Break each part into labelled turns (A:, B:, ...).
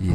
A: 以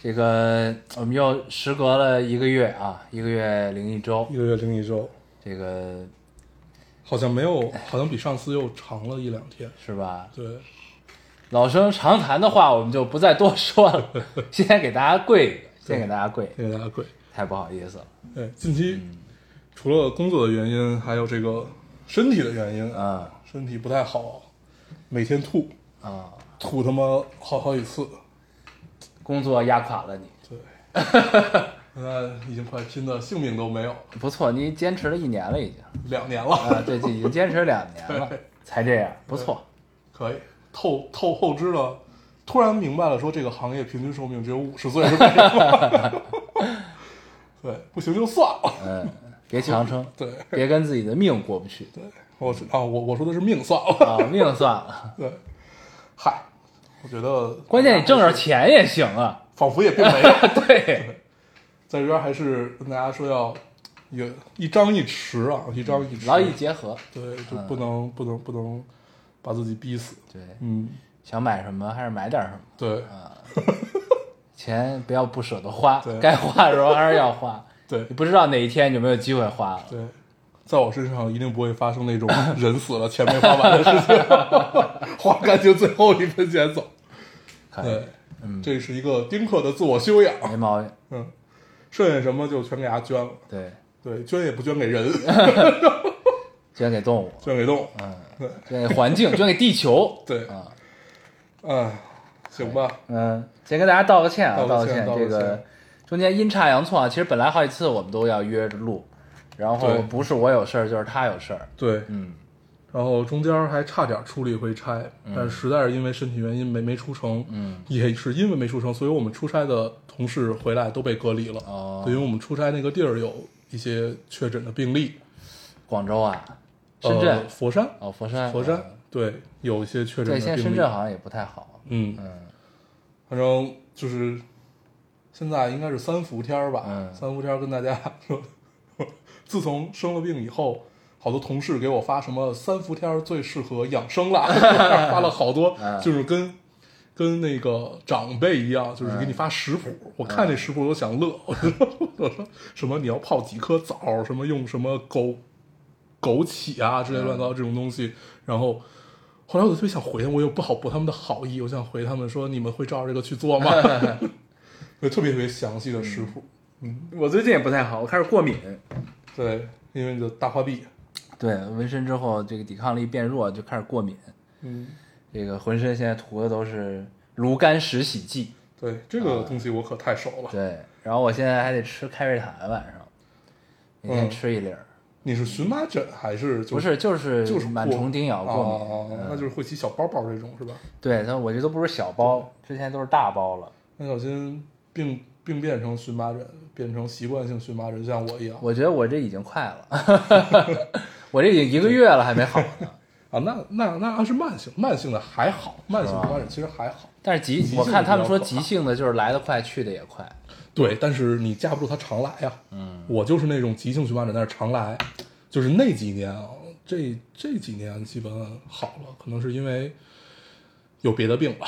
A: 这个我们又时隔了一个月啊，一个月零一周，
B: 一个月零一周，
A: 这个
B: 好像没有，好像比上次又长了一两天。
A: 是吧？
B: 对，
A: 老生常谈的话，我们就不再多说了。 现在给大家跪一个，先给大家跪，
B: 谢谢大家跪。
A: 太不好意思了。
B: 对，近期、
A: 嗯
B: 除了工作的原因，还有这个身体的原因，
A: 嗯
B: 身体不太好，每天吐，
A: 啊、
B: 吐他妈好好几次。
A: 工作压垮了你，
B: 对，现在已经快拼的性命都没有，
A: 不错，你坚持了一年了已经。
B: 两年了，
A: 啊，对，这已经坚持两年了
B: 对，
A: 才这样，不错。
B: 可以透透透支了。突然明白了，说这个行业平均寿命只有五十岁是为什么？ 对，不行就算了。
A: 嗯，别强撑，
B: 对
A: 别跟自己的命过不去
B: 对，我是啊，我我说的是命算了。
A: 啊，命算了。
B: 对，嗨，我觉得
A: 关键你挣着钱也行啊。
B: 仿佛也并没有
A: 对，
B: 在这边还是跟大家说要有一张一弛啊，一张一弛，
A: 劳逸结合。
B: 对，就不能、不能不能把自己逼死。
A: 嗯对，嗯
B: 嗯，
A: 想买什么还是买点什么，
B: 对
A: 钱不要不舍得花
B: 对，
A: 该花的时候还是要花。
B: 对
A: 你不知道哪一天有没有机会花了。
B: 对，在我身上一定不会发生那种人死了钱没花完的事情， 花干净最后一分钱走。
A: 可以
B: 对，，
A: 嗯
B: 这是一个丁克的自我修养。
A: 没毛病。
B: 嗯，剩下什么就全给他捐了。
A: 对，
B: 对，捐也不捐 给人，
A: 捐给动物，
B: 捐给动物。
A: 捐给环境，捐给地球。
B: 对，
A: 啊，
B: 哎，行吧，
A: 嗯，先跟大家道个歉啊，
B: 道
A: 个
B: 个歉道个
A: 这个
B: 歉
A: 中间阴差阳错啊，其实本来好几次我们都要约着录，然后
B: 对
A: 不是我有事儿，就是他有事儿。
B: 对，
A: 嗯，
B: 然后中间还差点出了一回差，但是实在是因为身体原因没没出成，嗯，也是因为没出成，所以我们出差的同事回来都被隔离了，
A: 哦
B: 对，因为我们出差那个地儿有一些确诊的病例，
A: 广州啊，深圳，
B: 呃、佛山，
A: 哦，佛山，
B: 佛山，
A: 嗯
B: 对，有一些确诊
A: 对，
B: 的
A: 现在
B: 病例，
A: 深圳好像也不太好。
B: 嗯
A: 嗯
B: 反正就是现在应该是三伏天儿吧，
A: 嗯
B: 三伏天儿跟大家说，自从生了病以后，好多同事给我发什么三伏天儿最适合养 生啦，发了好多，
A: 嗯
B: 就是跟。跟那个长辈一样，就是给你发食谱，
A: 嗯
B: 我看那食谱我都想乐。 我说我说什么你要泡几颗枣，什么用什么枸枸杞啊之类乱七八糟这种东西，然后后来我就特别想回，我又不好驳他们的好意，我想回他们说你们会照着这个去做吗？ 就特别特别详细的食谱，
A: 我最近也不太好，我开始过敏。
B: 对，因为你的大花臂，
A: 对，纹身之后这个抵抗力变弱，就开始过敏。
B: 嗯，
A: 这个浑身现在涂的都是炉甘石洗剂。
B: 对这个东西我可太熟了。
A: 对，然后我现在还得吃开胃坦，晚上每天
B: 嗯
A: 吃一粒儿。
B: 你是荨麻疹还是就
A: 不是，就是
B: 就是过
A: 螨虫叮咬过敏。嗯
B: 哦哦哦那就是会起小包包这种是吧？
A: 对，但我这都不是小包，之前都是大包了。
B: 那小心病病变成荨麻疹，变成习惯性荨麻疹，像我一样
A: 我觉得我这已经快 了，我这已经一个月了还没好呢。
B: 啊。那那那是慢性，慢性的还好，慢性荨麻疹其实还好。
A: 但是急，
B: 急性
A: 我看他们说
B: 比较可
A: 急
B: 怕
A: 性的就是来得快，去得也快。
B: 对，但是你架不住它常来呀。嗯，我就是那种急性荨麻疹，但是常来，就是那几年啊，这这几年基本好了，可能是因为有别的病吧，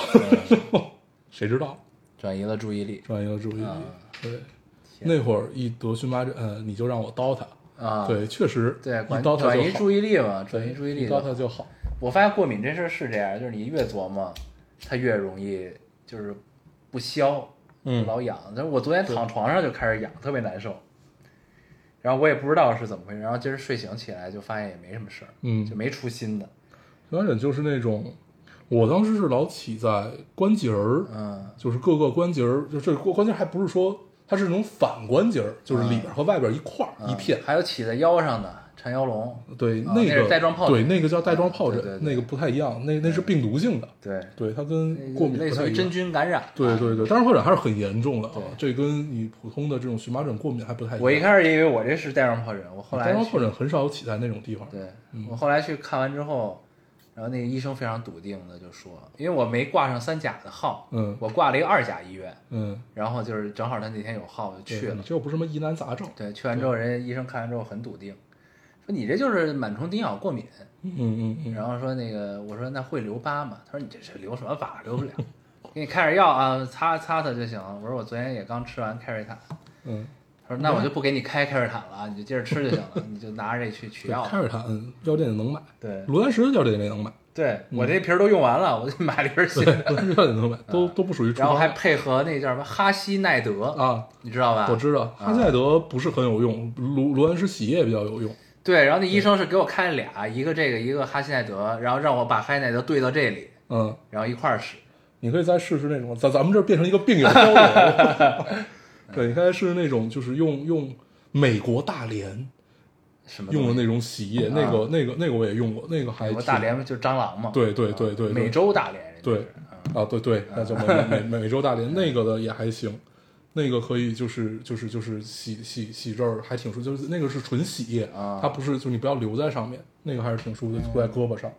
A: 嗯
B: 谁知道？
A: 转移了注意力
B: 转移了注意力。
A: 嗯
B: 对，那会儿一得荨麻疹，呃你就让我叨它。
A: 啊，
B: 对，确实，
A: 对，
B: 一
A: 管
B: 叨它
A: 转
B: 就
A: 移
B: 好
A: 注意力嘛，转
B: 对
A: 移注意力
B: 一
A: 就
B: 叨
A: 好。
B: 它就好。
A: 我发现过敏这事儿是这样，就是你越琢磨，它越容易就是不消，
B: 嗯
A: 老痒。但是我昨天躺床上就开始痒，特别难受。然后我也不知道是怎么回事，然后今儿睡醒起来就发现也没什么事儿，
B: 嗯
A: 就没出新的，
B: 荨麻疹就是那种，我当时是老起在关节儿，
A: 嗯，
B: 就是各个关节儿，就这关关节儿还
A: 啊
B: 不是说它是那种反关节儿，就是里边儿和外边儿一块儿、一片，
A: 还有起在腰上的，缠腰龙，
B: 对，
A: 啊
B: 那
A: 那是
B: 个
A: 带状疱疹啊
B: 对那个叫带状疱
A: 对对
B: 疹，
A: 对
B: 那个不太一样，那那是病毒性的，
A: 对，
B: 对，它跟过敏
A: 类
B: 不太
A: 似于
B: 一
A: 真
B: 样。
A: 菌感染。
B: 对对对，但是会染还是很严重的啊
A: 对，
B: 这跟你普通的这种荨麻疹过敏还不太一样。
A: 我一开始以为我这是带状疱疹，我后来
B: 带状
A: 去
B: 疱疹很少起在那种地方，
A: 对
B: 嗯
A: 我后来去看完之后，然后那个医生非常笃定的就说，因为我没挂上三甲的号，
B: 嗯
A: 我挂了一个二甲医院，
B: 嗯，
A: 然后就是正好他那天有号我就
B: 对
A: 去
B: 你
A: 了，
B: 这又不是什么疑难杂症，
A: 对，去完之后人家医生看完之后很笃定，说你这就是螨虫叮咬过敏，
B: 嗯嗯嗯，
A: 然后说那个我说那会留疤吗？他说你这是留什么疤，留不 了，给你开点药啊，擦擦擦就行。我说我昨天也刚吃完开瑞坦。
B: 嗯，
A: 他说：“那我就不给你开开瑞坦了，你就接着吃就行了，你就拿着这去取
B: 对
A: 药。
B: 开嗯尔坦药店也能买，”
A: 对，
B: 罗丹石药店也能买，
A: 对我这瓶儿都用完了，我就买了一瓶新
B: 对，
A: 的，
B: 罗丹石药店 能买，都都不属于处
A: 啊然后
B: 方
A: 还
B: 药
A: 配合那叫什么哈希奈德，
B: 啊，
A: 你知道吧？
B: 我知道哈赛德不是很有用，罗罗丹石洗液比较有用，
A: 对，然后那医生是给我开了俩，一个这个，一个哈希奈德，然后让我把哈希奈德兑到这里，
B: 嗯，
A: 然后一块儿使。
B: 你可以再试试那种，咱咱们这儿变成一个病友交流。 对，你看试试那种，就是用用美国大连
A: 什么东西啊
B: 用的那种洗液，那个那个那个我也用过，那个还
A: 美国
B: 挺
A: 大连就是蟑螂嘛？
B: 对对对对对
A: 美洲大连人家
B: 对
A: 是嗯
B: 啊，对对，那叫美美美洲大连那个的也还行，那个可以就是就是就是洗洗洗这儿还挺舒服，就是那个是纯洗液，
A: 啊嗯
B: 它不是就你不要留在上面，那个还是挺舒服的，涂在胳膊上。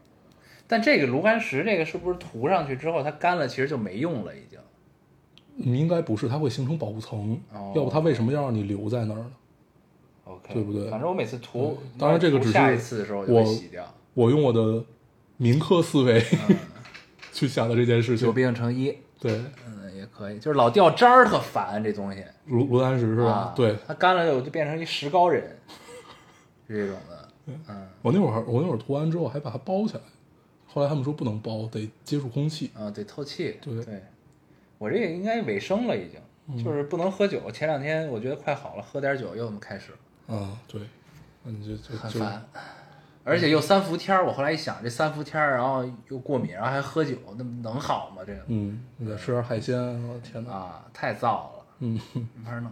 A: 但这个炉甘石这个是不是涂上去之后它干了，其实就没用了，已经。
B: 你应该不是，它会形成保护层
A: 哦，
B: 要不它为什么要让你留在那儿呢？
A: OK，
B: 对不对嗯
A: 反正我每次涂，
B: 当然这个
A: 涂
B: 只是
A: 下一次的时候就
B: 我
A: 会洗掉，
B: 我用我的民科思维、
A: 嗯
B: 去想的这件事
A: 久
B: 情。
A: 病成医，
B: 对，
A: 嗯，也可以，就是老掉渣儿特烦这东西。
B: 卢卢丹石是吧？
A: 啊、
B: 对
A: 它干了我就变成一石膏人，是这种的。
B: 我那会儿，我那会儿涂完之后还把它包起来，后来他们说不能包，得接触空气。
A: 啊，对，透气。
B: 对嗯
A: 我这个应该尾声了，已经、就是不能喝酒。前两天我觉得快好了，喝点酒又怎么开始了，
B: 啊，对，那你就就
A: 很
B: 就
A: 烦。而且又三伏天儿，我后来一想，这三伏天儿，然后又过敏，然后还喝酒，那能好吗？这个、
B: 嗯，你再吃点海鲜，我的天哪，
A: 啊，太燥了，
B: 嗯，
A: 没法弄。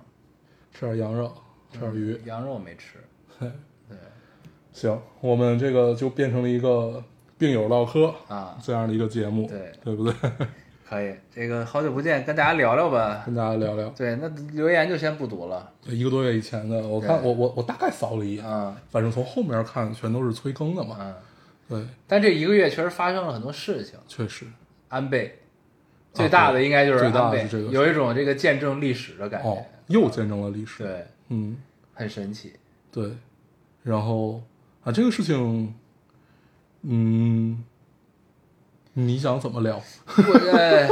B: 吃点羊肉，
A: 嗯
B: 吃点鱼，
A: 羊肉没吃，对
B: 行，我们这个就变成了一个病友唠嗑
A: 啊，
B: 这样的一个节目，
A: 对
B: 对不对？
A: 可以。这个好久不见，跟大家聊聊吧。
B: 跟大家聊聊
A: 对，那留言就先不读了
B: 一个多月以前的，我看
A: 对
B: 我我我大概扫了一眼，
A: 啊，
B: 反正从后面看全都是催更的嘛，
A: 嗯。
B: 对，
A: 但这一个月确实发生了很多事情。
B: 确实，
A: 安倍，最大的应该就是
B: 啊最大
A: 安
B: 的
A: 倍
B: 是这，个
A: 有一种这个见证历史的感
B: 哦
A: 觉，，
B: 又见证了历史。，
A: 对，
B: 嗯，
A: 很神 奇。
B: 对。然后啊，这个事情，嗯，你想怎么聊？
A: 我呃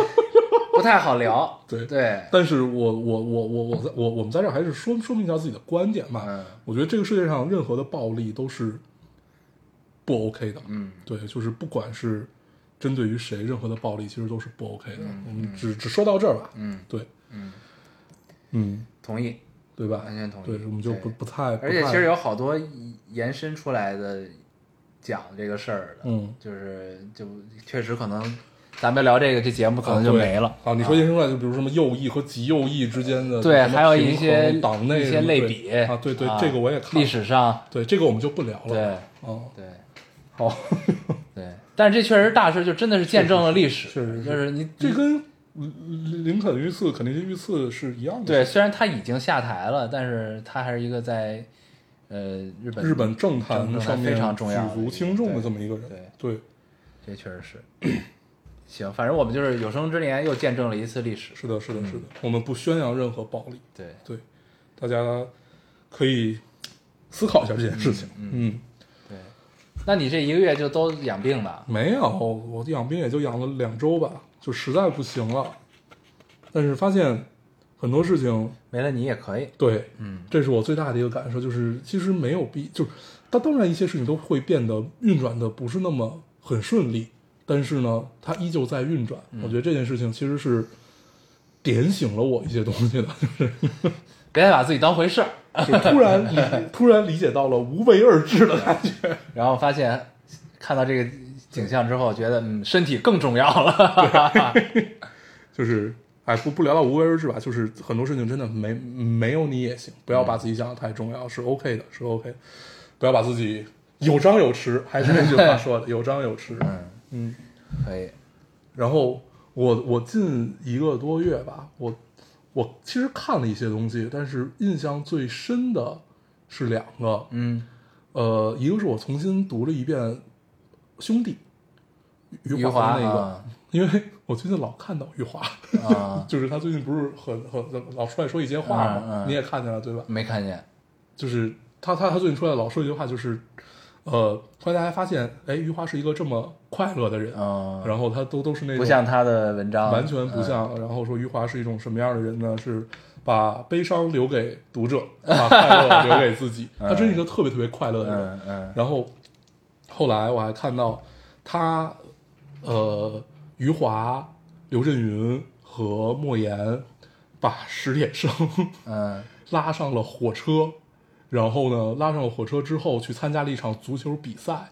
A: 不太好聊，
B: 对
A: 对，
B: 但是我我我我我在我我们在这儿还是说说明一下自己的观点吧。
A: 嗯
B: 我觉得这个世界上任何的暴力都是不 OK 的。
A: 嗯，
B: 对，就是不管是针对于谁，任何的暴力其实都是不 OK 的。我们只只说到这儿吧。
A: 嗯，
B: 对，嗯
A: 同意。
B: 对吧？
A: 完全同意
B: 对，我们就不
A: 对
B: 不太，
A: 而且
B: 不太啊
A: 其实有好多延伸出来的讲这个事儿的，
B: 嗯
A: 就是就确实可能咱们聊这个这节目可能就没了。
B: 啊！你说延伸出来，就比如什么右翼和极右翼之间的
A: 对
B: 什么
A: 还有一
B: 平衡
A: 些
B: 党内
A: 一些
B: 什么
A: 类
B: 对
A: 比
B: 啊，对对
A: 啊，
B: 这个我也看了
A: 历，史上，
B: 对这个我们就不聊了。
A: 对
B: 对，哦，
A: 对
B: 好，
A: 对，但是这确实是大事，就真的是见证了历史，
B: 确实是
A: 就是你
B: 这跟林林肯遇刺、肯尼迪遇刺是一样的。
A: 对，，虽然他已经下台了，但是他还是一个在呃日本
B: 日本政坛
A: 政
B: 上
A: 坛
B: 面
A: 非常重要的
B: 举足轻重的
A: 对
B: 这么一个人。
A: 对
B: 对，
A: 这确实是。行，反正我们就是有生之年又见证了一次历史。
B: 是的，是的，是的，我们不宣扬任何暴力。
A: 对，
B: 对，大家可以思考一下这件事情。嗯，
A: 那你这一个月就都养病吧？
B: 没有，我养病也就养了两周吧，就实在不行了。但是发现很多事情，
A: 没了你也可以。
B: 对，
A: 嗯，
B: 这是我最大的一个感受，就是其实没有必，就是它当然一些事情都会变得运转的不是那么很顺利，但是呢，它依旧在运转。我觉得这件事情其实是点醒了我一些东西的，就是
A: 别太把自己当回事儿，
B: 就突然理突然理解到了无为而治的感觉。
A: 然后发现看到这个景象之后，觉得嗯，身体更重要了。
B: 就是哎，不不聊到无为而治吧，就是嗯很多事情真的没没有你也行，不要把自己想的太重要，是 OK 的，是 OK 的。不要把自己有张有弛，还是那句话说的， 有张有弛。
A: 嗯，
B: 嗯，
A: 可以，
B: 然后我我近一个多月吧，我我其实看了一些东西，但是印象最深的是两个，
A: 嗯，
B: 呃，一个是我重新读了一遍《兄弟》余
A: 余
B: 华
A: 华
B: 那个，
A: 啊
B: 因为我最近老看到余华，
A: 啊
B: 就是他最近不是很很老出来说一些话嘛，
A: 嗯嗯
B: 你也看见了对吧？
A: 没看见，
B: 就是他他他最近出来老说一句话，就是呃，突然大家发现，哎，余华是一个这么快乐的人，
A: 嗯，
B: 然后他都都是那种
A: 不像嗯他的文章，
B: 完全不像。然后说余华是一种什么样的人呢？是把悲伤留给读 者，把快乐留给自己。他真是一个特别特别快乐的人。
A: 嗯，嗯
B: 然后后来我还看到他，呃，余华、刘震云和莫言把史铁生
A: 嗯
B: 拉上了火车，然后呢，拉上了火车之后去参加了一场足球比
A: 嗯，
B: 赛，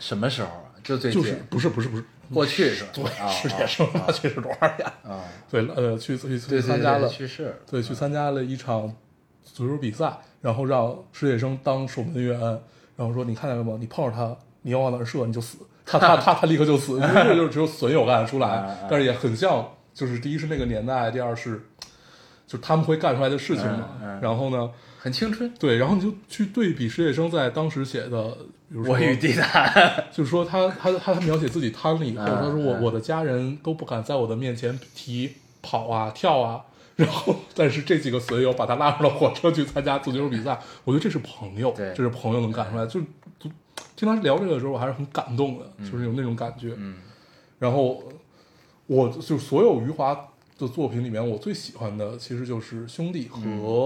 A: 什么时候啊？就最近，
B: 就是不是不是不是。
A: 过去是吧？
B: 对，
A: 啊
B: 史铁生他去世多少年？
A: 啊啊，
B: 对，呃，去去去
A: 对，
B: 参加了
A: 去世，
B: 对，去参加了一场足球比赛，然后让史铁生当守门员，然后说你看见了吗？你碰着他，你要往哪儿射你就死，他他他他立刻就死，因为这就是只有损友干得出来，但是也很像，就是第一是那个年代，第二是就是他们会干出来的事情嘛。然后呢，
A: 很青春。
B: 对，然后你就去对比史铁生在当时写的，比如说
A: 我与地坛，
B: 就是说他他他他描写自己瘫了以
A: 嗯
B: 后，他说我
A: 嗯
B: 我的家人都不敢在我的面前提跑啊跳啊，然后但是这几个损友把他拉上了火车去参加足球比赛，我觉得这是朋友，
A: 对
B: 这是朋友能干出来，就就听他聊这个的时候，我还是很感动的，就是有那种感觉。嗯，然后我就所有余华的作品里面，我最喜欢的其实就是《兄弟》和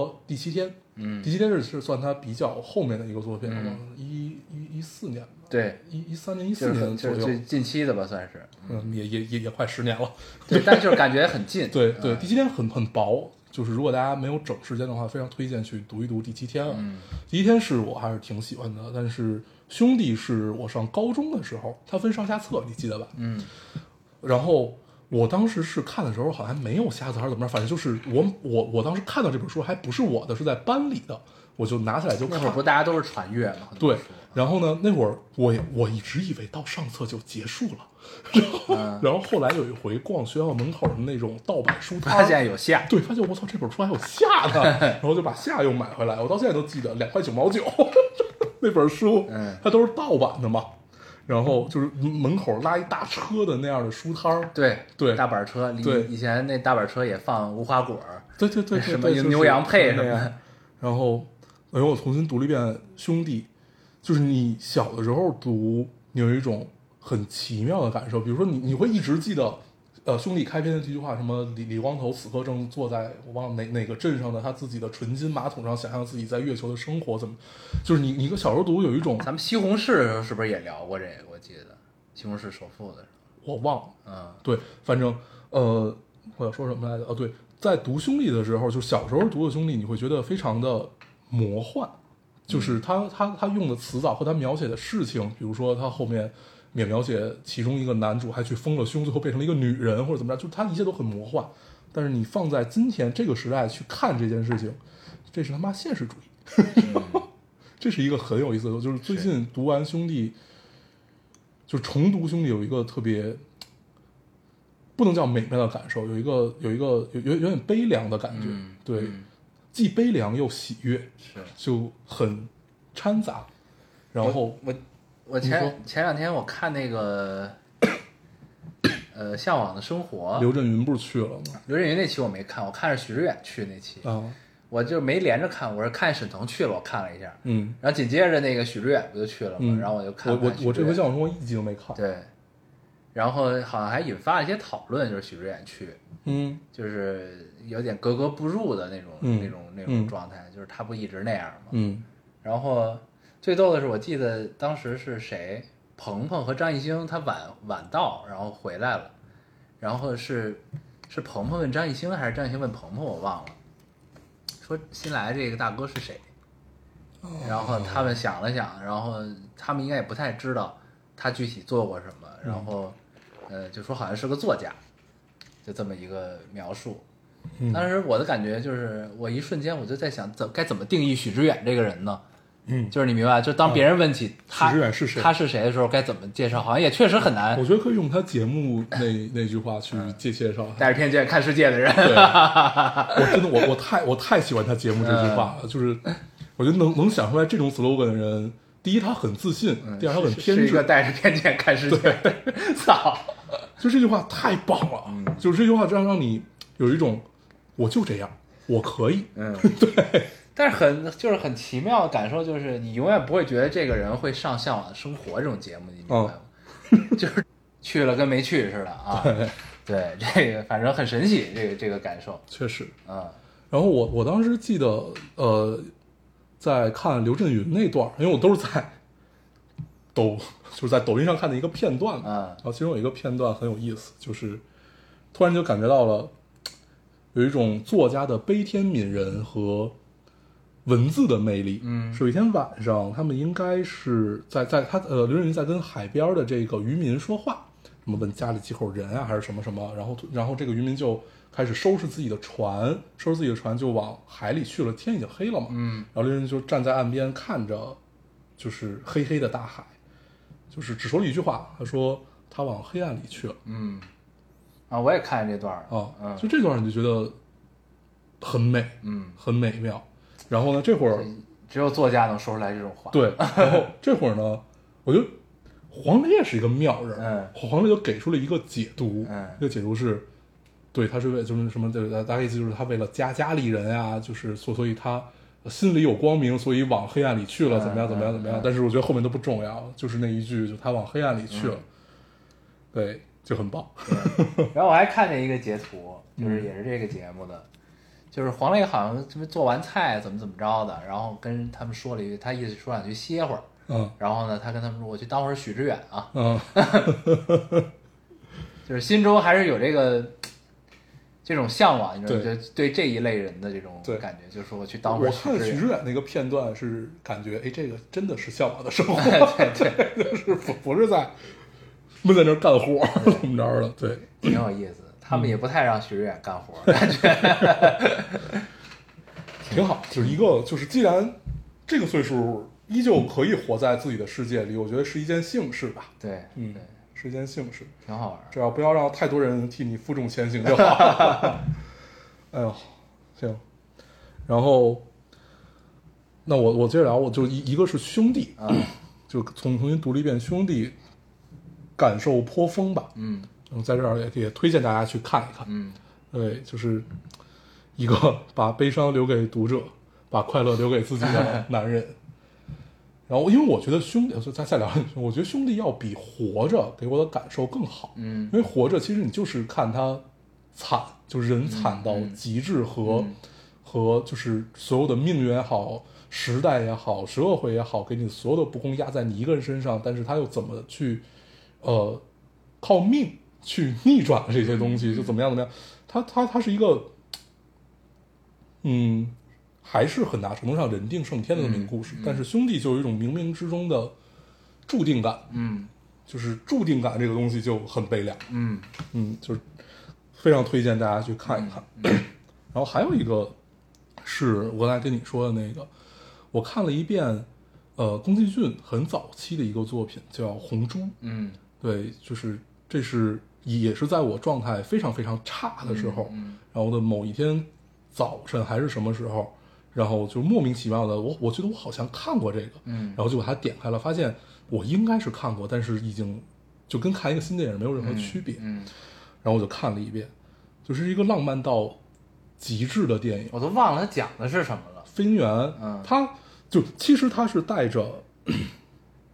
B: 《第七天》。
A: 嗯
B: 第七天是是算他比较后面的一个作品了
A: 嗯，
B: 一一一四年吧。
A: 对，
B: 一一三年、一四
A: 就是
B: 年
A: 很
B: 左
A: 就是
B: 右
A: 最，近期的吧，算 是，
B: 嗯，也也也也快十年了。
A: 对，但是就是感觉很近，
B: 对对，第七天很很薄，就是如果大家没有整时间的话，非常推荐去读一读第七天啊。
A: 嗯
B: 第七天是我还是挺喜欢的，但是兄弟是我上高中的时候，它分上下册，你记得吧？
A: 嗯，
B: 然后我当时是看的时候，好像没有下册还是怎么着，反正就是我我我当时看到这本书还不是我的，是在班里的，我就拿起来就
A: 那
B: 看
A: 会儿。不大家都是传阅嘛，很多
B: 对，然后呢，那会儿我也我一直以为到上册就结束了，然后、
A: 嗯
B: 然后后来有一回逛学校门口的那种盗版书摊
A: 发
B: 儿，
A: 现有下，
B: 对，发现我操，这本书还有夏 的，然后就把夏又买回来，我到现在都记得两块九毛九 那本书
A: 嗯，
B: 它都是盗版的嘛。然后就是门口拉一大车的那样的书摊儿，
A: 对
B: 对
A: 大板车，里
B: 对
A: 以前那大板车也放无花果 儿，
B: 对对对对，
A: 什么
B: 对就是
A: 牛羊配什么的
B: 那样然后，然后我重新读了一遍《兄弟》，就是你小的时候读，你有一种很奇妙的感受，比如说你你会一直记得。呃，兄弟开篇的这句话，什么李李光头此刻正坐在我忘了哪哪个镇上的他自己的纯金马桶上，想象自己在月球的生活，怎么，就是你你个小时候读有一种
A: 咱们西红柿的时候是不是也聊过这个？我记得西红柿首富的时
B: 我忘了，
A: 候，嗯
B: 对，反正呃，我要说什么来着？哦，对，在读兄弟的时候，就小时候读的兄弟，你会觉得非常的魔幻，就是
A: 嗯
B: 他他他用的词藻和他描写的事情，比如说他后面也描写其中一个男主还去丰了胸，最后变成了一个女人或者怎么样，就他一切都很魔幻。但是你放在今天这个时代去看这件事情，这是他妈现实主义。
A: 嗯
B: 这是一个很有意思的，就是最近读完《兄弟》，就是重读《兄弟》有一个特别不能叫美妙的感受，有一个有一个有有有点悲凉的感觉，
A: 嗯
B: 对，
A: 嗯
B: 既悲凉又喜悦，
A: 是。
B: 就很掺杂。然后
A: 我我
B: 你
A: 前
B: 说
A: 前两天我看那个 呃《向往的生活》，
B: 刘震云不是去了吗？
A: 刘震云那期我没看，我看是许知远去那期，
B: 啊，
A: 我就没连着看，我是看沈腾去了，我看了一下，
B: 嗯
A: 然后紧接着那个许知远不就去了嘛，
B: 嗯，
A: 然后我就看
B: 我我
A: 看许
B: 我
A: 知
B: 这回
A: 远
B: 向往生活一集都没看，
A: 对，然后好像还引发了一些讨论，就是许知远去，
B: 嗯
A: 就是有点格格不入的那种、
B: 嗯
A: 那种那
B: 嗯
A: 种状态，就是他不一直那样嘛。
B: 嗯
A: 然后最逗的是，我记得当时是谁，鹏鹏和张艺兴，他晚晚到，然后回来了，然后是是鹏鹏问张艺兴，还是张艺兴问鹏鹏，我忘了，说新来这个大哥是谁，
B: 哦
A: 然后他们想了想，然后他们应该也不太知道他具体做过什么，
B: 嗯
A: 然后呃就说好像是个作家，就这么一个描述。
B: 嗯
A: 当时我的感觉就是，我一瞬间我就在想，怎该怎么定义许知远这个人呢？
B: 嗯
A: 就是你明白，就当别人问起他
B: 许志远是谁
A: 他是谁的时候，该怎么介绍，好像也确实很难
B: 我。觉得可以用他节目那那句话去
A: 嗯
B: 介介绍他。
A: 带着偏见看世界的人，
B: 对，我真的我我太我太喜欢他节目这句话
A: 嗯
B: 了，就是我觉得能能想出来这种 slogan 的人，第一他很自信，第二他很
A: 嗯是
B: 偏
A: 是一个
B: 执，
A: 带着偏见看世界的人。 操，
B: 就这句话太棒了，
A: 嗯
B: 就是这句话让让你有一种我就这样，我可以，
A: 嗯， 对。但是很就是很奇妙的感受，就是你永远不会觉得这个人会上《向往的生活》这种节目，你明白吗？就是去了跟没去似的啊。对，这个反正很神奇，这个这个感受，
B: 确实。
A: 嗯
B: 然后我我当时记得，呃，在看刘震云那段儿，因为我都是在抖， 就是在抖音上看的一个片段嘛。
A: 嗯
B: 啊然后其中有一个片段很有意思，就是突然就感觉到了有一种作家的悲天悯人和文字的魅力。
A: 嗯
B: 是有一天晚上，他们应该是在在他呃刘震云在跟海边的这个渔民说话，什么问家里几口人啊，还是什么什么，然后然后这个渔民就开始收拾自己的船，收拾自己的船就往海里去了，天已经黑了嘛，
A: 嗯
B: 然后刘震云就站在岸边看着，就是黑黑的大海，就是只说了一句话，他说他往黑暗里去了
A: 嗯。啊，我也看这段儿
B: 啊，
A: 嗯，
B: 就这段你就觉得很美，
A: 嗯，
B: 很美妙。然后呢，这会儿
A: 只有作家能说出来这种话。，
B: 对，然后这会儿呢，我就黄烈是一个妙人，
A: 嗯
B: 黄烈就给出了一个解读，
A: 嗯
B: 这个解读是，对，他是为就是什么，就是大概意思就是他为了家家里人啊，就是所所以他心里有光明，所以往黑暗里去了，
A: 嗯
B: 怎么样怎么样怎么样，但是我觉得后面都不重要，就是那一句，就他往黑暗里去了，
A: 嗯
B: 对，就很棒，
A: 然后我还看见一个截图，
B: 嗯
A: 就是也是这个节目的，就是黄磊好像就是做完菜怎么怎么着的，然后跟他们说了一句，他意思说想去歇会儿，
B: 嗯
A: 然后呢，他跟他们说我去当会儿许知远啊，
B: 嗯，
A: 就是心中还是有这个这种向往，你知道吗？
B: 对
A: 就对这一类人的这种
B: 对
A: 感觉，就是说我去当会儿
B: 我
A: 许
B: 看许
A: 知
B: 知
A: 远，
B: 远那个片段是感觉，哎，这个真的是向往的生活。
A: 对对，
B: 是不不是在闷在那儿干活儿怎么着的？对，
A: 挺有意思的。他们也不太让许知远干活，感觉
B: 挺好，就是一个就是既然这个岁数依旧可以活在自己的世界里，我觉得是一件幸事吧。
A: 对，
B: 嗯
A: 对，
B: 是一件幸事，
A: 挺好玩儿。
B: 只要不要让太多人替你负重前行就好。 哎呦，行，然后那我我接着聊，我就一一个是兄弟，
A: 啊，
B: 就从重新读了一遍兄弟，感受颇丰吧。
A: 嗯
B: 嗯，在这儿也也推荐大家去看一看。
A: 嗯，
B: 对，就是一个把悲伤留给读者，把快乐留给自己的男人。然后，因为我觉得兄弟，就再再聊一句，我觉得兄弟要比活着给我的感受更好。
A: 嗯
B: 因为活着其实你就是看他惨，就是人惨到极致和、和就是所有的命运也好，时代也好，社会也好，给你所有的不公压在你一个人身上，但是他又怎么去呃靠命去逆转这些东西，就怎么样怎么样，他他他是一个嗯。还是很大程度上人定胜天的那么一个故事，但是兄弟就有一种冥冥之中的注定感，
A: 嗯
B: 就是注定感这个东西就很悲凉。
A: 嗯
B: 嗯，就是非常推荐大家去看一看。
A: 嗯
B: 然后还有一个是我刚才跟你说的那个，我看了一遍，呃，宫崎骏很早期的一个作品叫《红猪》，
A: 嗯，
B: 对，就是这是也是在我状态非常非常差的时候，
A: 嗯
B: 然后的某一天早晨还是什么时候，然后就莫名其妙的，我我觉得我好像看过这个，
A: 嗯
B: 然后就把它点开了，发现我应该是看过，但是已经就跟看一个新电影没有任何区别，
A: 嗯，
B: 然后我就看了一遍，就是一个浪漫到极致的电影。
A: 我都忘了他讲的是什么了。
B: 飞行员，
A: 嗯
B: 他就其实他是带着，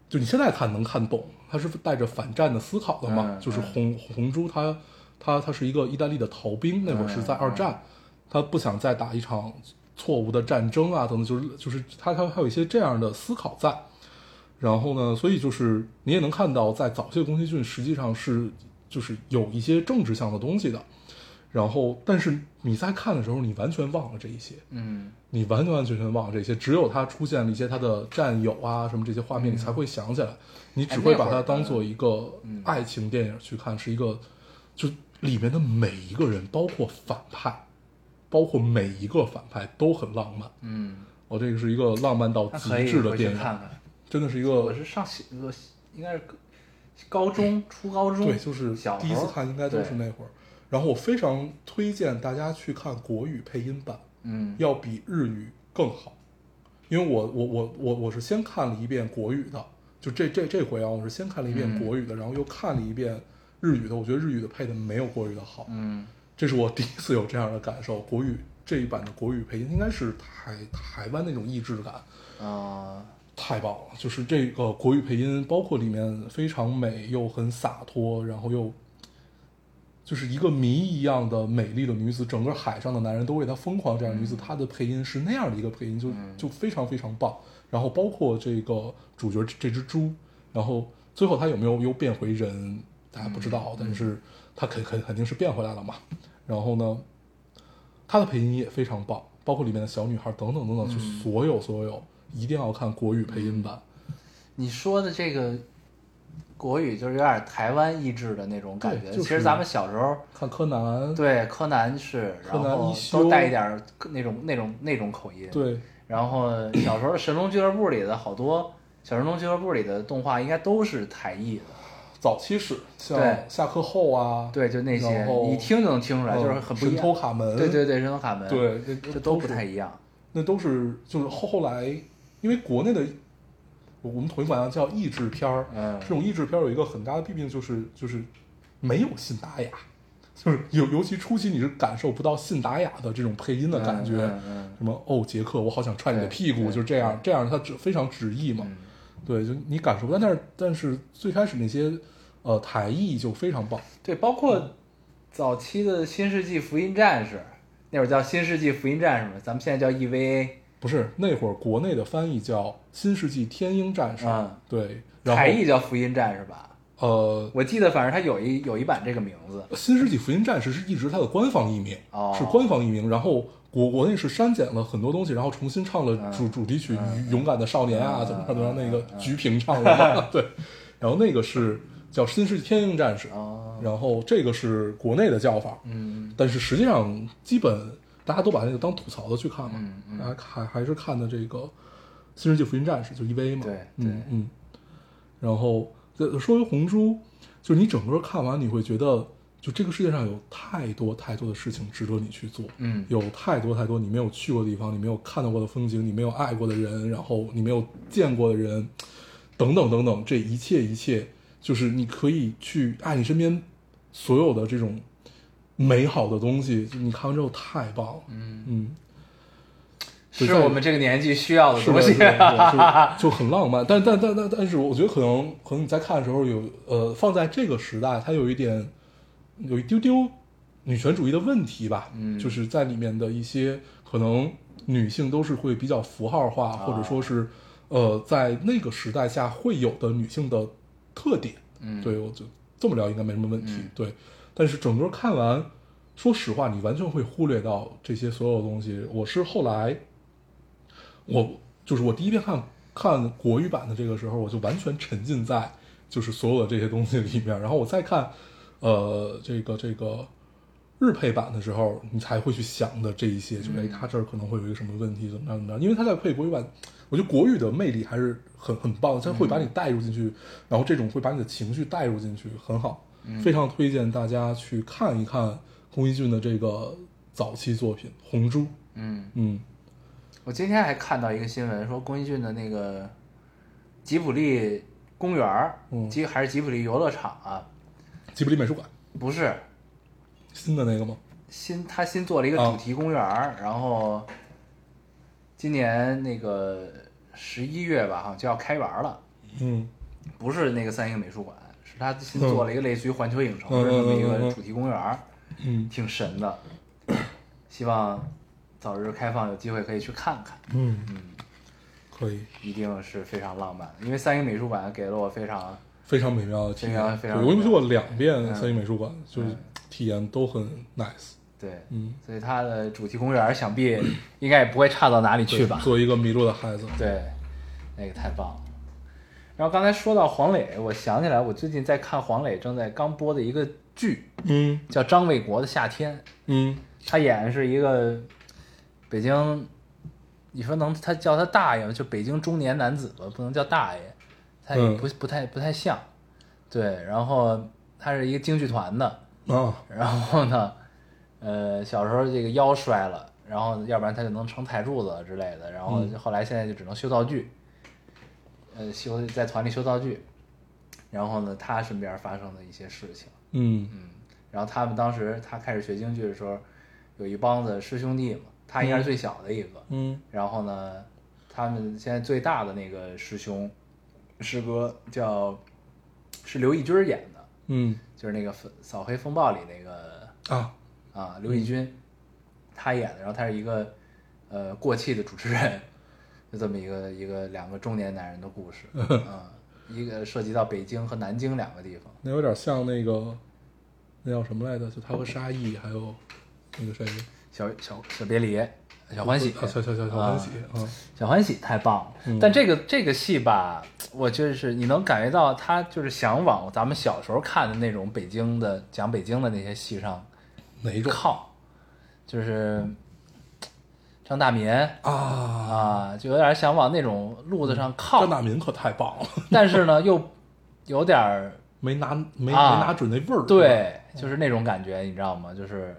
B: 就你现在看能看懂，他是带着反战的思考的嘛。
A: 嗯
B: 就是红红猪他他他是一个意大利的逃兵，那会儿是在二
A: 嗯
B: 战，他不想再打一场错误的战争啊，等等，就是就是他他还有一些这样的思考在。然后呢，所以就是你也能看到，在早期的宫崎骏实际上是就是有一些政治上的东西的。然后，但是你在看的时候，你完全忘了这一些，
A: 嗯
B: 你完完全全忘了这些，只有他出现了一些他的战友啊什么这些画
A: 嗯
B: 面，你才会想起来，你
A: 哎
B: 只会把它当做一个爱情电影去看，是一个就里面的每一个人，包括反派，包括每一个反派都很浪漫，
A: 嗯
B: 哦，这个是一个浪漫到
A: 那可
B: 极
A: 以
B: 致的
A: 回去
B: 电影，
A: 看看。
B: 真的是一
A: 我
B: 个
A: 是上小，我应该是高中、初高中，
B: 对，就是
A: 小
B: 第一次
A: 猴儿
B: 看应该都是那会儿。然后我非常推荐大家去看国语配音版，
A: 嗯
B: 要比日语更好，因为我我我我我是先看了一遍国语的，就这这这回啊，我是先看了一遍
A: 嗯
B: 国语的，然后又看了一遍日语的。我觉得日语的配的没有国语的好，
A: 嗯，
B: 这是我第一次有这样的感受。国语这一版的国语配音应该是台台湾那种意志感，
A: 啊，
B: 太棒了！就是这个国语配音，包括里面非常美又很洒脱，然后又就是一个谜一样的美丽的女子，整个海上的男人都为她疯狂。这样的女子，她的配音是那样的一个配音，就就非常非常棒。然后包括这个主角这只猪，然后最后她有没有又变回人，大家不知道，但是她肯肯肯定是变回来了嘛。然后呢，她的配音也非常棒，包括里面的小女孩等等等等，就所有所有一定要看国语配音版。
A: 你说的这个国语就是有点台湾意志的那种感觉。
B: 对就是
A: 其实咱们小时候
B: 看柯南，
A: 对柯南是，
B: 柯南
A: 然后
B: 一休
A: 都带一点儿那种那种那种口音。，
B: 对
A: 然后小时候神龙俱乐部里的好多小神龙俱乐部里的动画应该都是台译的。
B: 早期是
A: 对
B: 像下课后啊，
A: 对，就那些
B: 然后
A: 你一听就能听出来，
B: 嗯，
A: 就是很不一
B: 神
A: 样。
B: 偷卡门，
A: 对对对，神偷卡门，，
B: 对，那
A: 这都不
B: 是
A: 太一样。
B: 那都是就是后后来，因为国内的我我们统一管它叫译制片儿，
A: 嗯
B: 这种译制片儿有一个很大的弊病就是就是没有信达雅，就是尤尤其初期你是感受不到信达雅的这种配音的感觉，
A: 嗯嗯
B: 什么哦杰克，我好想踹你的
A: 对
B: 屁股，
A: 对
B: 就是这样，这样它只非常直译嘛，
A: 嗯
B: 对，就你感受不到，但是但是最开始那些呃台译就非常棒，
A: 对，包括早期的《新世纪福音战士》，那会儿叫《新世纪福音战士》嘛，咱们现在叫 E EVA，
B: 不是那会儿国内的翻译叫《新世纪天鹰战士》
A: 嗯
B: 对，然
A: 台
B: 后
A: 译叫福音战士吧？
B: 呃，
A: 我记得反正它有一有一版这个名字。
B: 《新世纪福音战士》是一直它的官方译名，
A: 哦
B: 是官方译名。然后国国内是删减了很多东西，然后重新唱
A: 嗯
B: 了主、主题曲《勇敢的少年》啊，怎么怎么样，那个菊萍唱的嘛， 对。然后那个是叫《新世纪天鹰战士》
A: 哦，
B: 然后这个是国内的叫法，
A: 嗯
B: 但是实际上基本大家都把那个当吐槽的去看嘛，
A: 嗯嗯
B: 大家还还是看的这个《新世纪福音战士》就 EVA 嘛，
A: 对对
B: 嗯嗯。然后呃说回红猪，就是你整个看完你会觉得，就这个世界上有太多太多的事情值得你去做，
A: 嗯
B: 有太多太多你没有去过的地方，你没有看到过的风景，你没有爱过的人，然后你没有见过的人，等等等等，这一切一切，就是你可以去爱你身边所有的这种美好的东西，就你看完之后太棒了，嗯嗯，
A: 是我们这个年纪需要的
B: 是
A: 东
B: 的，
A: 西
B: 是。的，就就很浪漫。但但但但但是，我觉得可能可能你在看的时候有呃，放在这个时代，它有一点有一丢丢女权主义的问题吧，
A: 嗯
B: 就是在里面的一些可能女性都是会比较符号化，或者说是呃，在那个时代下会有的女性的特点。
A: 嗯，
B: 对，我就这么聊应该没什么问题。
A: 嗯
B: 对，但是整个看完，说实话，你完全会忽略到这些所有东西。我是后来，我就是我第一遍看看国语版的这个时候，我就完全沉浸在就是所有的这些东西里面。然后我再看，呃，这个这个日配版的时候，你才会去想的这一些，就是哎，他这儿可能会有一个什么问题，怎么样怎么样？因为他在配国语版，我觉得国语的魅力还是很很棒的，它会把你带入进去，然后这种会把你的情绪带入进去，很好，非常推荐大家去看一看宫崎骏的这个早期作品《红猪》。
A: 嗯，
B: 嗯，
A: 我今天还看到一个新闻，说宫崎骏的那个吉卜力公园儿
B: 嗯
A: 吉还是吉卜力游乐场啊，
B: 吉卜力美术馆
A: 不是
B: 新的那个吗？
A: 新他新做了一个
B: 啊
A: 主题公园儿，然后今年那个十一月吧，好像就要开园了，
B: 嗯，
A: 不是那个三英美术馆，是他新做了一个类似于环球影城
B: 嗯
A: 的这么一
B: 嗯嗯嗯
A: 个
B: 嗯
A: 主题公园儿，
B: 嗯
A: 挺神的，希望早日开放，有机会可以去看看，
B: 嗯可以，
A: 一定是非常浪漫的，因为三英美术馆给了我非常
B: 非常美妙的体
A: 非
B: 验。
A: 常非常
B: 对我
A: 美
B: 去
A: 妙
B: 过两遍
A: 嗯
B: 三一美术馆，就是体验都很 nice。
A: 对，
B: 嗯，
A: 所以它的主题公园儿想必应该也不会差到哪里去吧
B: 对。作为一个迷路的孩子，
A: 对，那个太棒了。然后刚才说到黄磊，我想起来，我最近在看黄磊正在刚播的一个剧，
B: 嗯
A: 叫《张卫国的夏天》，
B: 嗯
A: 他演的是一个北京你说能他叫他大爷吗？就北京中年男子吧，不能叫大爷，他也
B: 嗯
A: 不、不太不太像。对，然后他是一个京剧团的，
B: 啊，
A: 然后呢，呃，小时候这个腰摔了，然后要不然他就能撑台柱子之类的，然后
B: 嗯
A: 后来现在就只能修道具，呃，修在团里修道具，然后呢，他身边发生的一些事情，
B: 嗯
A: 然后他们当时他开始学京剧的时候，有一帮子师兄弟嘛，他应该是最小的一个，
B: 嗯
A: 然后呢，他们现在最大的那个师兄，师哥叫是刘奕君演的，
B: 嗯
A: 就是那个《扫黑风暴》里那个
B: 啊，
A: 啊，刘奕君，他演的，然后他是一个呃过气的主持人，就这么一个一个两个中年男人的故 事，啊，一个涉及到北京和南京两个地方，
B: 那有点像那个那叫什么来着？就他和沙溢还有那个谁，
A: 小小小别离，小欢喜，
B: 啊小小小小欢喜
A: 啊
B: 啊，
A: 小欢喜太棒了，
B: 嗯
A: 但这个这个戏吧，我就是你能感觉到他就是想往咱们小时候看的那种北京的讲北京的那些戏上
B: 哪一种
A: 靠，就是张大民
B: 啊？
A: 啊，就有点想往那种路子
B: 嗯
A: 上靠
B: 张，大民可太棒了，
A: 但是呢又有点儿
B: 没拿没没
A: 啊
B: 拿准那味儿，
A: 对，
B: 嗯
A: 就是那种感觉，你知道吗？就是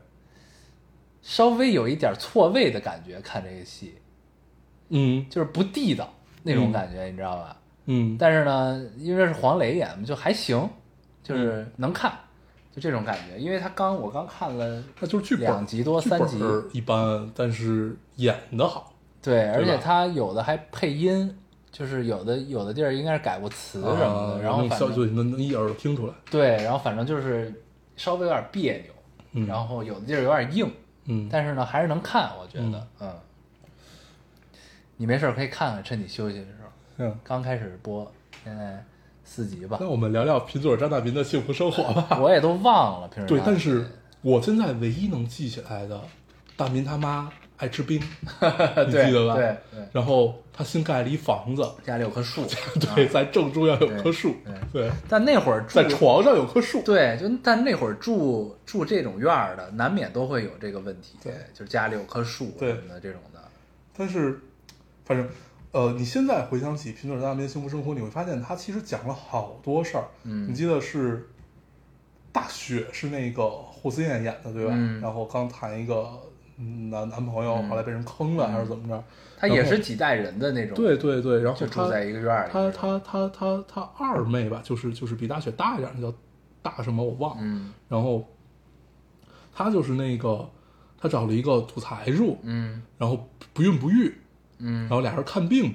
A: 稍微有一点错位的感觉，看这个戏
B: 嗯
A: 就是不地道那种感觉，你知道吧？
B: 嗯，
A: 但是呢，因为是黄磊演，就还行，就是
B: 嗯
A: 能看，就这种感觉。因为他刚我刚看了，
B: 那就是剧本
A: 两集多
B: 剧本
A: 三集
B: 一般，但是演的好
A: 对，而且
B: 吧
A: 他有的还配音，就是有的有的地儿应该是改过词什么
B: 啊
A: 的，然后
B: 能
A: 反
B: 消
A: 正
B: 对能能一耳朵听出来，
A: 对，然后反正就是稍微有点别扭，
B: 嗯
A: 然后有的地儿有点硬，
B: 嗯，
A: 但是呢还是能看，我觉得，嗯。你没事儿可以看看，趁你休息的时候。
B: 嗯，
A: 刚开始播，现在四集吧
B: 那，我们聊聊贫嘴张大民的幸福生活 吧。
A: 我也都忘了平时
B: 对，
A: 看
B: 但
A: 的
B: 是我现在唯一能记起来的，大民他妈爱吃冰，你
A: 对
B: 记得吧？
A: 对啊对
B: 然后他新盖了一房子，
A: 家里有棵树，
B: 对，
A: 啊
B: 在正中央有棵树，对，
A: 但那会儿住
B: 在床上有棵树，
A: 对，就但那会儿住住这种院儿的，难免都会有这个问题，
B: 对，
A: 就是家里有棵树
B: 对
A: 什么的这种的，
B: 但是反正。呃，你现在回想起《贫嘴张大民的幸福生活》，你会发现他其实讲了好多事儿。
A: 嗯
B: 你记得是大雪是那个霍思燕演的，对吧？
A: 嗯
B: 然后刚谈一个嗯男男朋友，后来被人坑了，还是怎么着？
A: 他也嗯是几代人的那种，
B: 对，对对，然后
A: 就
B: 他
A: 住在一个院儿里
B: 他
A: 那种，
B: 他他他他二妹吧，就是就是比大雪大一点，那叫大什么我忘了。
A: 嗯
B: 然后他就是那个他找了一个土财主，
A: 嗯
B: 然后不孕不育，然
A: 嗯，
B: 后俩人看病，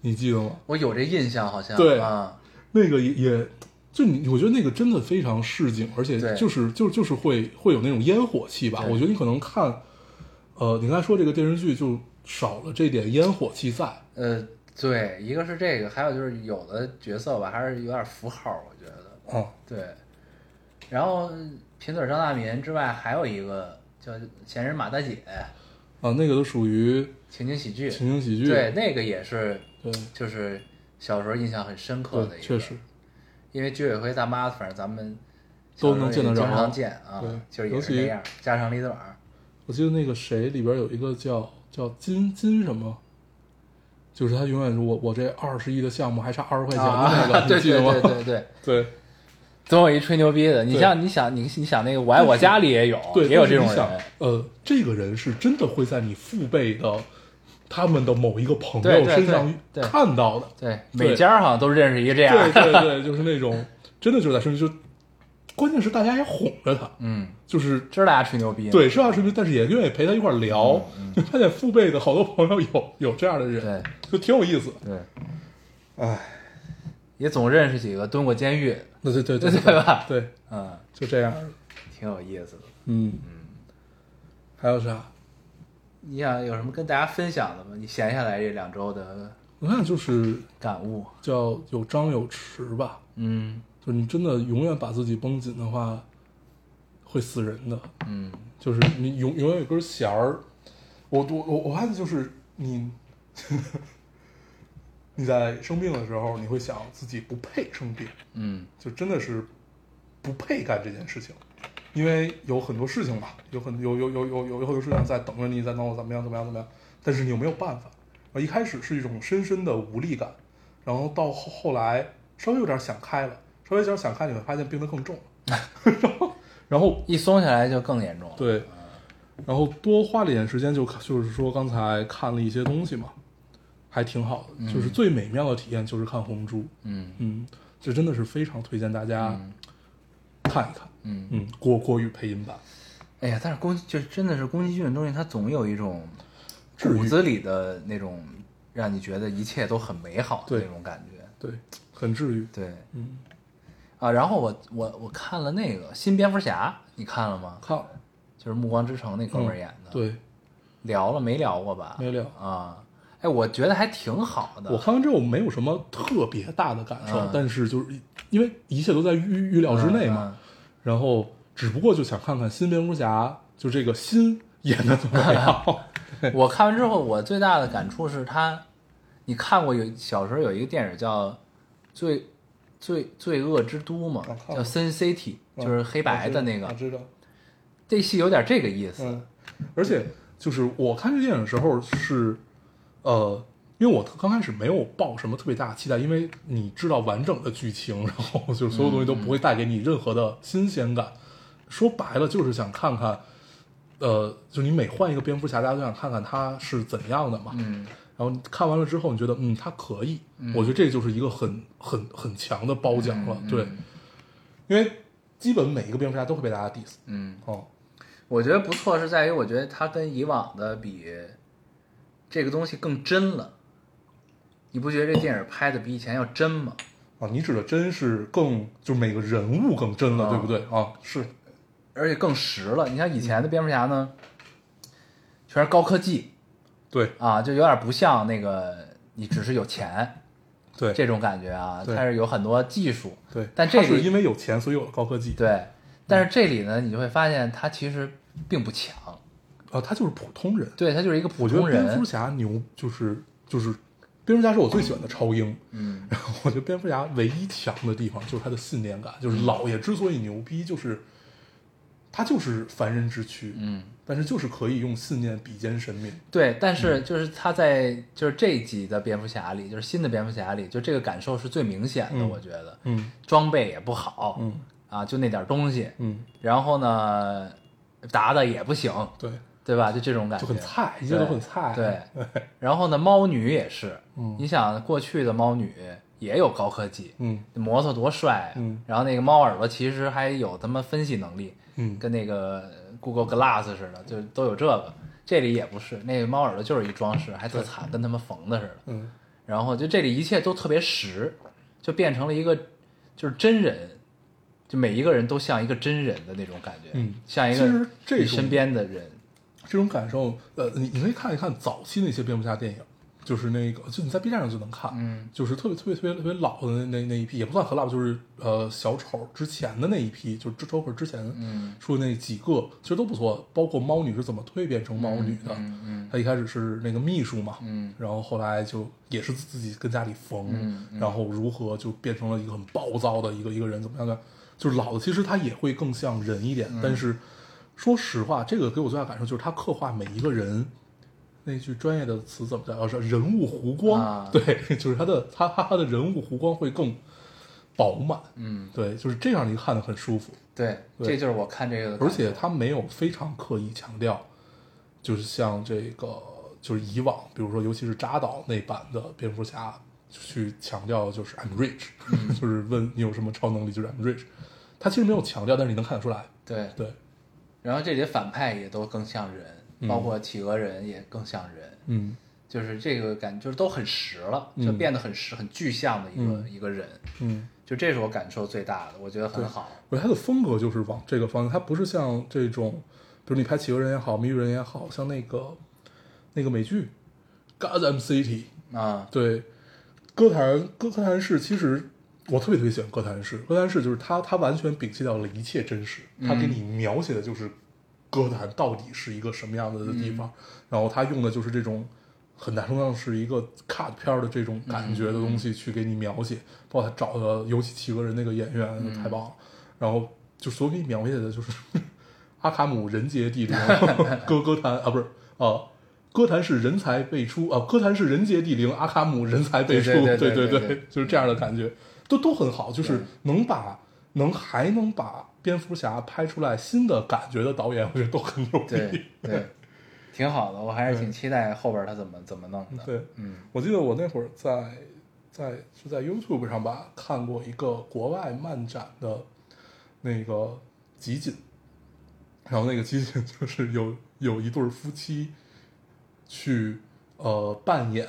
B: 你记得吗？
A: 我有这印象好像，
B: 对
A: 啊，
B: 那个也也就你，我觉得那个真的非常市井，而且
A: 对
B: 就是就就是会会有那种烟火气吧。
A: 对
B: 我觉得你可能看，呃，你刚才说这个电视剧就少了这点烟火气在。
A: 呃，对，一个是这个，还有就是有的角色吧，还是有点符号，我觉得，
B: 啊，
A: 对，然后贫嘴张大民之外，还有一个叫闲人马大姐，
B: 啊，那个都属于
A: 情景喜剧，
B: 情景喜剧。
A: 对，那个也是，
B: 对
A: 就是小时候印象很深刻的
B: 对，
A: 一个，
B: 确实，
A: 因为居委会大妈，反正咱们
B: 都能见得着
A: 小时候也经常见啊
B: 对，
A: 就是也是那样，家长里短儿，
B: 我记得那个谁里边有一个叫叫金金什么，就是他永远是我我这二十亿的项目还差二十块钱的那个，
A: 啊， 对
B: 你记
A: 对
B: 得吗？
A: 对对对，
B: 对
A: 总有一吹牛逼的，你
B: 对
A: 像你想你你想那个我爱我家里也有，
B: 对，
A: 也有
B: 但是
A: 这种
B: 你想
A: 人，
B: 呃，这个人是真的会在你父辈的他们的某一个朋
A: 对
B: 友
A: 对
B: 身上
A: 对对
B: 看到的，
A: 对，
B: 对
A: 每家好像都认识一个这样
B: 对
A: 儿，
B: 对对，就是那种真的就是在身边，就关键是大家也哄着他，
A: 嗯，
B: 就是。
A: 知道大家吹牛逼，
B: 对，是啊要是不是？但是也愿意陪他一块儿聊，就发现父辈的好多朋友有有这样的人，
A: 嗯对
B: 就挺有意思。
A: 对，
B: 哎，
A: 也总认识几个蹲过监狱，
B: 那对对对
A: 对吧
B: 对，
A: 嗯，
B: 就这样。
A: 挺有意思的。
B: 嗯还有啥？
A: 你想有什么跟大家分享的吗？你闲下来这两周的
B: 我看就是
A: 感悟？
B: 叫有张有弛吧，
A: 嗯
B: 就是你真的永远把自己绷紧的话，会死人的。
A: 嗯
B: 就是你永永远有根弦儿。我我我我发现就是你， 你在生病的时候，你会想自己不配生病，
A: 嗯
B: 就真的是不配干这件事情，因为有很多事情吧，有很有有有有有有很多事情在等着你，在等我怎么样怎么样怎么样，但是你又没有办法，啊，一开始是一种深深的无力感，然后到后后来稍微有点想开了，稍微有点想开，你会发现病得更重了， 然后然后
A: 一松下来就更严重了。
B: 对，然后多花了一点时间就，就是说刚才看了一些东西嘛，还挺好的。就是最美妙的体验就是看红猪，
A: 嗯
B: 嗯，这真的是非常推荐大家看一看，
A: 嗯，
B: 嗯，国国语配音版，
A: 哎呀，但是宫就真的是宫崎骏的东西，它总有一种
B: 治愈
A: 骨子里的那种让你觉得一切都很美好的
B: 对
A: 那种感觉。
B: 对，很治愈，
A: 对
B: 嗯，
A: 啊，然后我我我看了那个新蝙蝠侠，你看了吗？
B: 看了，
A: 就是《暮光之城》那哥们儿演的。
B: 嗯对
A: 聊了没聊过吧？
B: 没聊
A: 啊。哎，我觉得还挺好的。
B: 我看完之后没有什么特别大的感受，
A: 嗯
B: 但是就是因为一切都在预预料之内嘛，
A: 嗯，嗯
B: 然后只不过就想看看新蝙蝠侠就这个新演的怎么样，
A: 我看完之后，我最大的感触是他，你看过有小时候有一个电影叫《罪罪罪恶之都》嘛
B: 我看，过
A: 叫《Sin City》，就是 黑白的那
B: 我
A: 个。
B: 知道。
A: 这戏有点这个意思。
B: 嗯，而且就是我看这电影的时候是，呃，因为我刚开始没有抱什么特别大的期待，因为你知道完整的剧情，然后就是所有东西都不会带给你任何的新鲜感。说白了就是想看看，呃，就你每换一个蝙蝠侠，大家都想看看他是怎样的嘛。
A: 嗯
B: 然后你看完了之后，你觉得嗯，他嗯可以，我觉得这就是一个很很很强的褒奖了。对，因为基本每一个蝙蝠侠都会被大家 diss
A: 嗯，
B: 哦，
A: 我觉得不错是在于，我觉得它跟以往的比，这个东西更真了。你不觉得这电影拍的比以前要真吗？
B: 啊，你指的真是更，就是每个人物更真了，
A: 啊
B: 对不对啊？是，
A: 而且更实了。你像以前的蝙蝠侠
B: 嗯
A: 呢，全是高科技
B: 对
A: 啊，就有点不像那个你只是有钱
B: 对
A: 这种感觉啊，
B: 对
A: 它是有很多技术。
B: 对，
A: 但
B: 他
A: 这
B: 是
A: 里
B: 因为有钱，所以有了高科技。
A: 对，但是这里呢，你就会发现他其实并不强，
B: 啊，他就是普通人。
A: 对他就是一个
B: 我
A: 普
B: 觉得
A: 通
B: 蝙
A: 人
B: 蝠。侠牛，就是就是，蝙蝠侠是我最喜欢的超英。
A: 嗯，
B: 然后我觉得蝙蝠侠唯一强的地方就是他的信念感，就是老爷之所以牛逼，就是他就是凡人之躯，
A: 嗯，
B: 但是就是可以用信念比肩神明。
A: 对，但是
B: 嗯
A: 就是他在就是这一集的蝙蝠侠里，就是新的蝙蝠侠里，就这个感受是最明显的，
B: 嗯
A: 我觉得
B: 嗯
A: 装备也不好，
B: 嗯
A: 啊，就那点东西，
B: 嗯，
A: 然后呢，打打也不行，
B: 对，
A: 对吧？就这种感觉，
B: 就很菜，一切都很菜。
A: 对，然后呢，猫女也是，
B: 嗯
A: 你想过去的猫女也有高科技，
B: 嗯
A: 摩托多帅啊，
B: 嗯
A: 然后那个猫耳朵其实还有他妈分析能力，
B: 嗯，
A: 跟那个 Google Glass 似的，就都有这个。这里也不是，那个猫耳朵就是一装饰，还特惨，跟他们缝的似的。
B: 嗯
A: 然后就这里一切都特别实，就变成了一个就是真人，就每一个人都像一个真人的那种感觉，
B: 嗯
A: 像一
B: 其实
A: 个
B: 这
A: 你
B: 种
A: 身边的人，
B: 这种感受，呃，你你可以看一看早期那些蝙蝠侠电影，就是那个，就你在 B 站上就能看，
A: 嗯，
B: 就是特别特别特别特别老的那那那一批，也不算很老，就是呃小丑之前的那一批，就是周周 r 之前
A: 嗯
B: 说的那几个，其实都不错，包括猫女是怎么蜕变成猫女的，
A: 嗯嗯
B: 她一开始是那个秘书嘛，
A: 嗯
B: 然后后来就也是自己跟家里缝，
A: 嗯嗯
B: 然后如何就变成了一个很暴躁的一个一个人，怎么样的？就是老的其实他也会更像人一点，
A: 嗯
B: 但是说实话，这个给我最大感受就是他刻画每一个人。那句专业的词怎么叫？啊，是人物弧光。
A: 啊
B: 对，就是他的他他他的人物弧光会更饱满。
A: 嗯，
B: 对，就是这样，你看的很舒服。
A: 对，
B: 对
A: 这就是我看这个的感觉，
B: 而且他没有非常刻意强调，就是像这个就是以往，比如说尤其是扎导那版的蝙蝠侠，去强调就是 I'm rich，、就是
A: 嗯
B: 问你有什么超能力，就是 I'm rich。他其实没有强调，但是你能看得出来，
A: 对，
B: 对，
A: 然后这里的反派也都更像人，
B: 嗯
A: 包括企鹅人也更像人，
B: 嗯
A: 就是这个感就是都很实了，
B: 嗯
A: 就变得很实、很具象的一个、
B: 嗯
A: 一个人，
B: 嗯，
A: 就这是我感受最大的，我觉得很
B: 对
A: 好。
B: 我觉得他的风格就是往这个方向，他不是像这种，比如你拍企鹅人也好，谜语人也好像那个那个美剧《Gotham City》，
A: 啊，
B: 对，哥谭哥哥谭市其实我特别特别喜欢哥谭市，哥谭市就是他他完全摒弃掉了一切真实，他给你描写的就是哥谭到底是一个什么样子的地方，
A: 嗯
B: 然后他用的就是这种很难说上是一个 cut 片儿的这种感觉的东西去给你描写，包括他找的尤其企鹅人那个演员、太棒了，
A: 嗯
B: 然后就所给你 描写的就是阿卡姆人杰地灵，哥哥谭啊不是啊。哥谭市人才辈出啊，哥谭市人杰地灵，阿卡姆人才辈出，
A: 对对对
B: 对
A: 对对对
B: 对，就是这样的感觉，都都很好，就是
A: 对
B: 能把能还能把蝙蝠侠拍出来新的感觉的导演，我觉得都很牛逼
A: 对。对，挺好的，我还是挺期待后边他怎么怎么弄的。
B: 对，
A: 嗯，
B: 我记得我那会儿在在是在 YouTube 上吧看过一个国外漫展的那个集锦，然后那个集锦 就是有有一对儿夫妻去呃扮演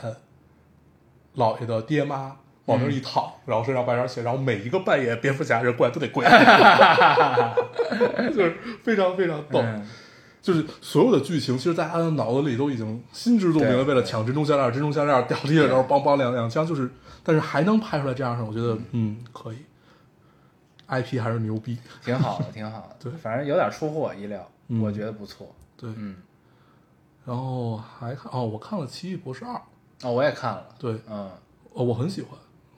B: 老爷的爹妈。往
A: 嗯
B: 那儿一躺，然后身上白点血，然后每一个扮演蝙蝠侠人过来都得跪， 就是非常非常逗。
A: 嗯
B: 就是所有的剧情，其实大家的脑子里都已经心知肚明
A: 对
B: 了。为了抢珍珠项链，珍珠项链掉地了，然后梆梆两两枪，就是，但是还能拍出来这样的事儿，我觉得，嗯，可以。IP 还是牛逼，
A: 挺好的，挺好的。
B: 对
A: 反正有点出乎我意料，
B: 嗯
A: 我觉得不错。
B: 对。
A: 嗯，
B: 然后还看哦，我看了《奇异博士二》，
A: 哦，我也看了。
B: 对，
A: 嗯，
B: 呃，我很喜欢。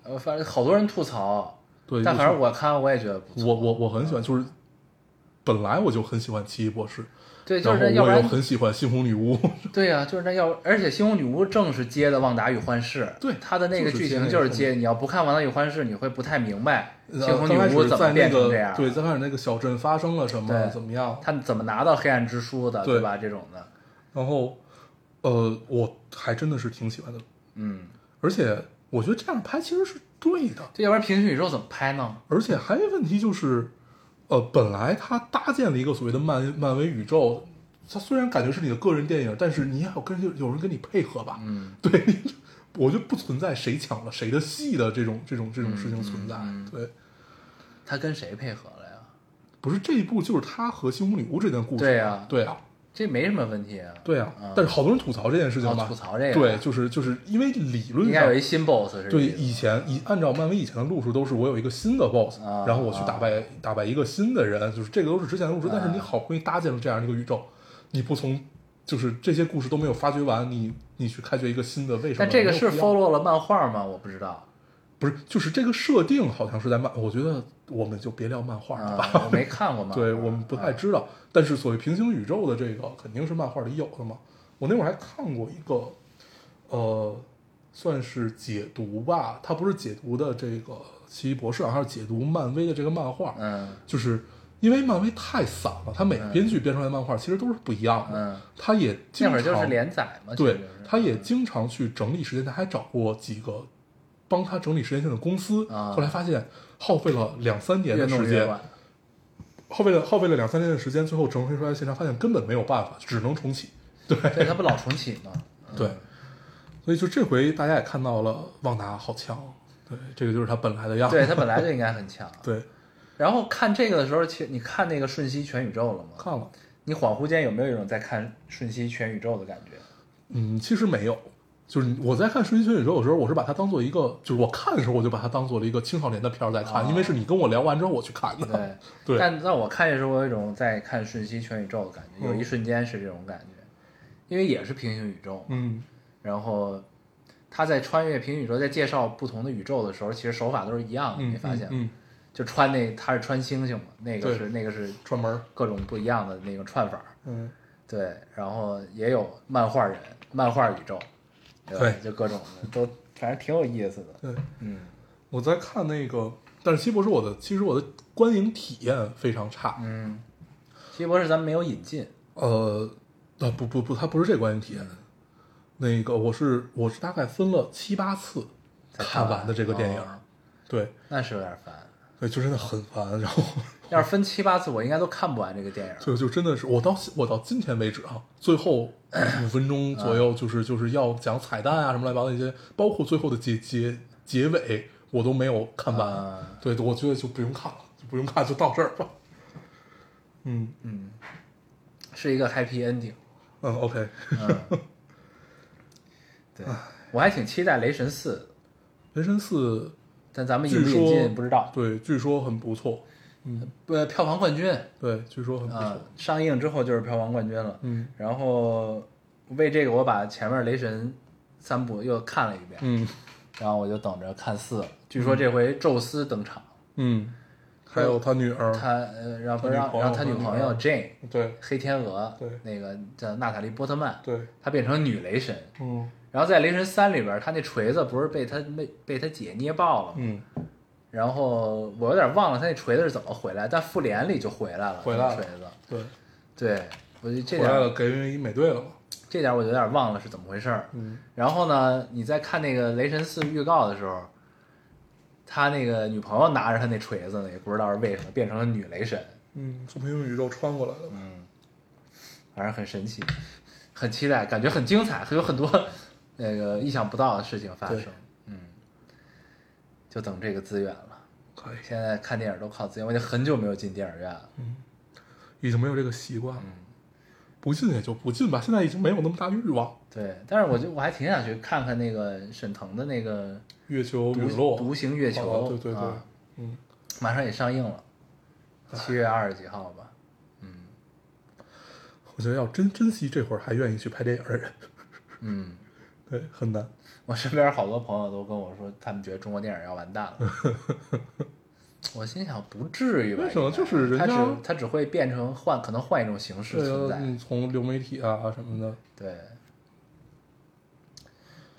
A: 呃，反正好多人吐槽，
B: 对，
A: 但
B: 就
A: 反
B: 是
A: 正我看我也觉得不错。
B: 我我我很喜欢，就是本来我就很喜欢《奇异博士》，
A: 对，就
B: 然
A: 是
B: 后
A: 那要不
B: 我也
A: 然
B: 很喜欢《猩红女巫》。
A: 对呀、就是那要，而且《猩红女巫》正是接的《旺达与幻视》，
B: 对
A: 它的那个
B: 就是
A: 剧
B: 接
A: 情
B: 那
A: 就
B: 个
A: 是
B: 后
A: 接。你要不看《旺达与幻视》，你会不太明白猩红
B: 刚开
A: 女巫
B: 始
A: 怎么
B: 在那
A: 变成
B: 个
A: 这样，
B: 对，，在开始那个小镇发生了什么，
A: 对
B: 怎么样？
A: 她怎么拿到黑暗之书的，
B: 对
A: 对吧？这种的，
B: 然后，呃，我还真的是挺喜欢的，
A: 嗯，
B: 而且我觉得这样拍其实是对的，
A: 对，要不然平行宇宙怎么拍呢？
B: 而且还有一个问题就是，呃，本来它搭建了一个所谓的漫漫威宇宙，它虽然感觉是你的个人电影，但是你也要跟人有人跟你配合吧，
A: 嗯，
B: 对，你我觉得不存在谁抢了谁的戏的这种这种这种事情存在，
A: 嗯嗯
B: 对，
A: 他跟谁配合了呀？
B: 不是这一部就是他和猩红女巫这段故事，
A: 对呀
B: 对啊，
A: 这没什么问题啊。
B: 对啊，
A: 嗯
B: 但是好多人吐槽这件事情
A: 哦
B: 吧，
A: 吐槽这个
B: 对，就是就是因为理论
A: 应该
B: 上
A: 有一新 boss 是这
B: 对，
A: 意思
B: 以前以按照漫威以前的路数，都是我有一个新的 boss，、
A: 啊啊
B: 然后我去打败、打败一个新的人，就是这个都是之前的路数。但是你好不容易搭建了这样一个宇宙，你不从就是这些故事都没有发掘完，你你去开掘一个新的，为什么？
A: 但这个
B: 没有
A: 是
B: 必要
A: follow 了漫画吗？我不知 道
B: 不是就是这个设定好像是在漫，我觉得我们就别聊漫画了吧，
A: 啊，我没看过漫画。
B: 对我们不太
A: 啊
B: 知道。但是所谓平行宇宙的这个肯定是漫画里有的嘛。我那会儿还看过一个，呃，算是解读吧，它不是解读的这个《奇异博士》啊，它是解读漫威的这个漫画，
A: 嗯
B: 就是。因为漫威太散了，它每个编剧编出来的漫画其实都是不一样的。
A: 嗯，
B: 它也经
A: 那会
B: 常
A: 儿就是连嗯载嘛。
B: 对
A: 其实是，
B: 他也经常去整理时间，他还找过几个帮他整理时间线的公司。
A: 啊
B: 后来发现耗费了两三年
A: 越
B: 的
A: 弄
B: 时
A: 越
B: 间，
A: 乱。
B: 耗费了耗费了两三天的时间，最后整理出来的现场发现根本没有办法，只能重启。对
A: 对，他不老重启 吗？
B: 对，所以就这回大家也看到了，旺达好强，对，这个就是他本来的样子。
A: 对他本来就应该很强。
B: 对，
A: 然后看这个的时候，其实你看那个《瞬息全宇宙》了吗？
B: 看了，
A: 你恍惚间有没有一种在看《瞬息全宇宙》的感觉？
B: 嗯，其实没有。就是我在看《瞬息全宇宙》的时候，我是把它当做一个，就是我看的时候，我就把它当做了一个青少年的片儿在看，
A: 啊
B: 因为是你跟我聊完之后我去看的。
A: 对，
B: 对
A: 但但我看的时候，我有一种在看《瞬息全宇宙》的感觉，有一瞬间是这种感觉，因为也是平行宇宙嘛。
B: 嗯，
A: 然后他在穿越平行宇宙，在介绍不同的宇宙的时候，其实手法都是一样的，
B: 嗯
A: 你发现吗？
B: 嗯嗯
A: 就穿那他是穿星星嘛，那个
B: 对
A: 是那个是
B: 串门儿，
A: 各种不一样的那个串法儿，
B: 嗯，
A: 对，然后也有漫画人、漫画宇宙，对吧
B: 对
A: 就各种的都反正挺有意思的，
B: 对，
A: 嗯
B: 我在看那个，但是七博士我的其实我的观影体验非常差，
A: 嗯。奇异博士咱们没有引进，
B: 呃，啊不不不，它不是这观影体验，那个我是我是大概分了七八次
A: 才
B: 看
A: 完
B: 完的这个电影，
A: 哦
B: 对
A: 那是有点烦。
B: 对，就真的很烦，然后
A: 要是分七八次，我应该都看不完这个电影。
B: 就就真的是我到我到今天为止啊，最后五
A: 嗯
B: 分钟左右就是就是要讲彩蛋啊什么乱七八糟那些，包括最后的结结结尾我都没有看完。
A: 啊
B: 对，我觉得就不用看了，就不用看，就到这儿吧。嗯
A: 是一个 happy ending。
B: 嗯，OK，
A: 嗯，对，我还挺期待《雷神四》的，
B: 人生四
A: 但咱们引
B: 据
A: 不引
B: 说
A: 进不知道。
B: 对，据说很不错，嗯，
A: 呃，票房冠军啊、
B: 对，据说很不错，
A: 上映之后就是票房冠军了。
B: 嗯
A: 然后为这个，我把前面《雷神》三部又看了一遍，
B: 嗯
A: 然后我就等着看四了。据说这回宙斯登场，
B: 嗯，还有他女儿，
A: 他呃，然后
B: 他女
A: 让
B: 朋友
A: 让他女
B: 和女
A: 朋友
B: 儿
A: Jane
B: 对
A: 黑天鹅
B: 对，
A: 那个叫娜塔莉波特曼，
B: 对，
A: 她变成女雷神。
B: 嗯
A: 然后在雷神三里边，她那锤子不是被她妹被她姐捏爆了吗？
B: 嗯，
A: 然后我有点忘了她那锤子是怎么回来，但复联里就回来了，
B: 回来
A: 那
B: 了
A: 锤子。
B: 对，
A: 对，我就这
B: 回来
A: 点
B: 了，给予美队了嘛，
A: 这点我有点忘了是怎么回事儿。
B: 嗯
A: 然后呢，你在看那个雷神四预告的时候，他那个女朋友拿着他那锤子呢，也不知道是为什么变成了女雷神，
B: 嗯，从平行宇宙穿过来的嘛，
A: 反正很神奇，很期待，感觉很精彩，还有很多 那个意想不到的事情发生
B: 对。
A: 嗯，就等这个资源了。
B: 可以，
A: 现在看电影都靠资源，我已经很久没有进电影院了。
B: 已经没有这个习惯了，
A: 嗯
B: 不进也就不进吧，现在已经没有那么大欲望。
A: 对，但是我就我还挺想去看看那个沈腾的那个《
B: 月球陨
A: 独
B: 落，
A: 独行月球》
B: 啊对对对
A: 啊，
B: 嗯，
A: 马上也上映了，七月二十几号吧。
B: 我觉得要真珍惜这会儿还愿意去拍电影的人，
A: 嗯，
B: 对，很难。
A: 我身边好多朋友都跟我说，他们觉得中国电影要完蛋了。 我心想，不至于吧？
B: 为什么
A: 应该
B: 就是人
A: 他只
B: 家
A: 他只会变成换，可能换一种形式存
B: 对
A: 在
B: 啊，。嗯，从流媒体啊什么的，
A: 对。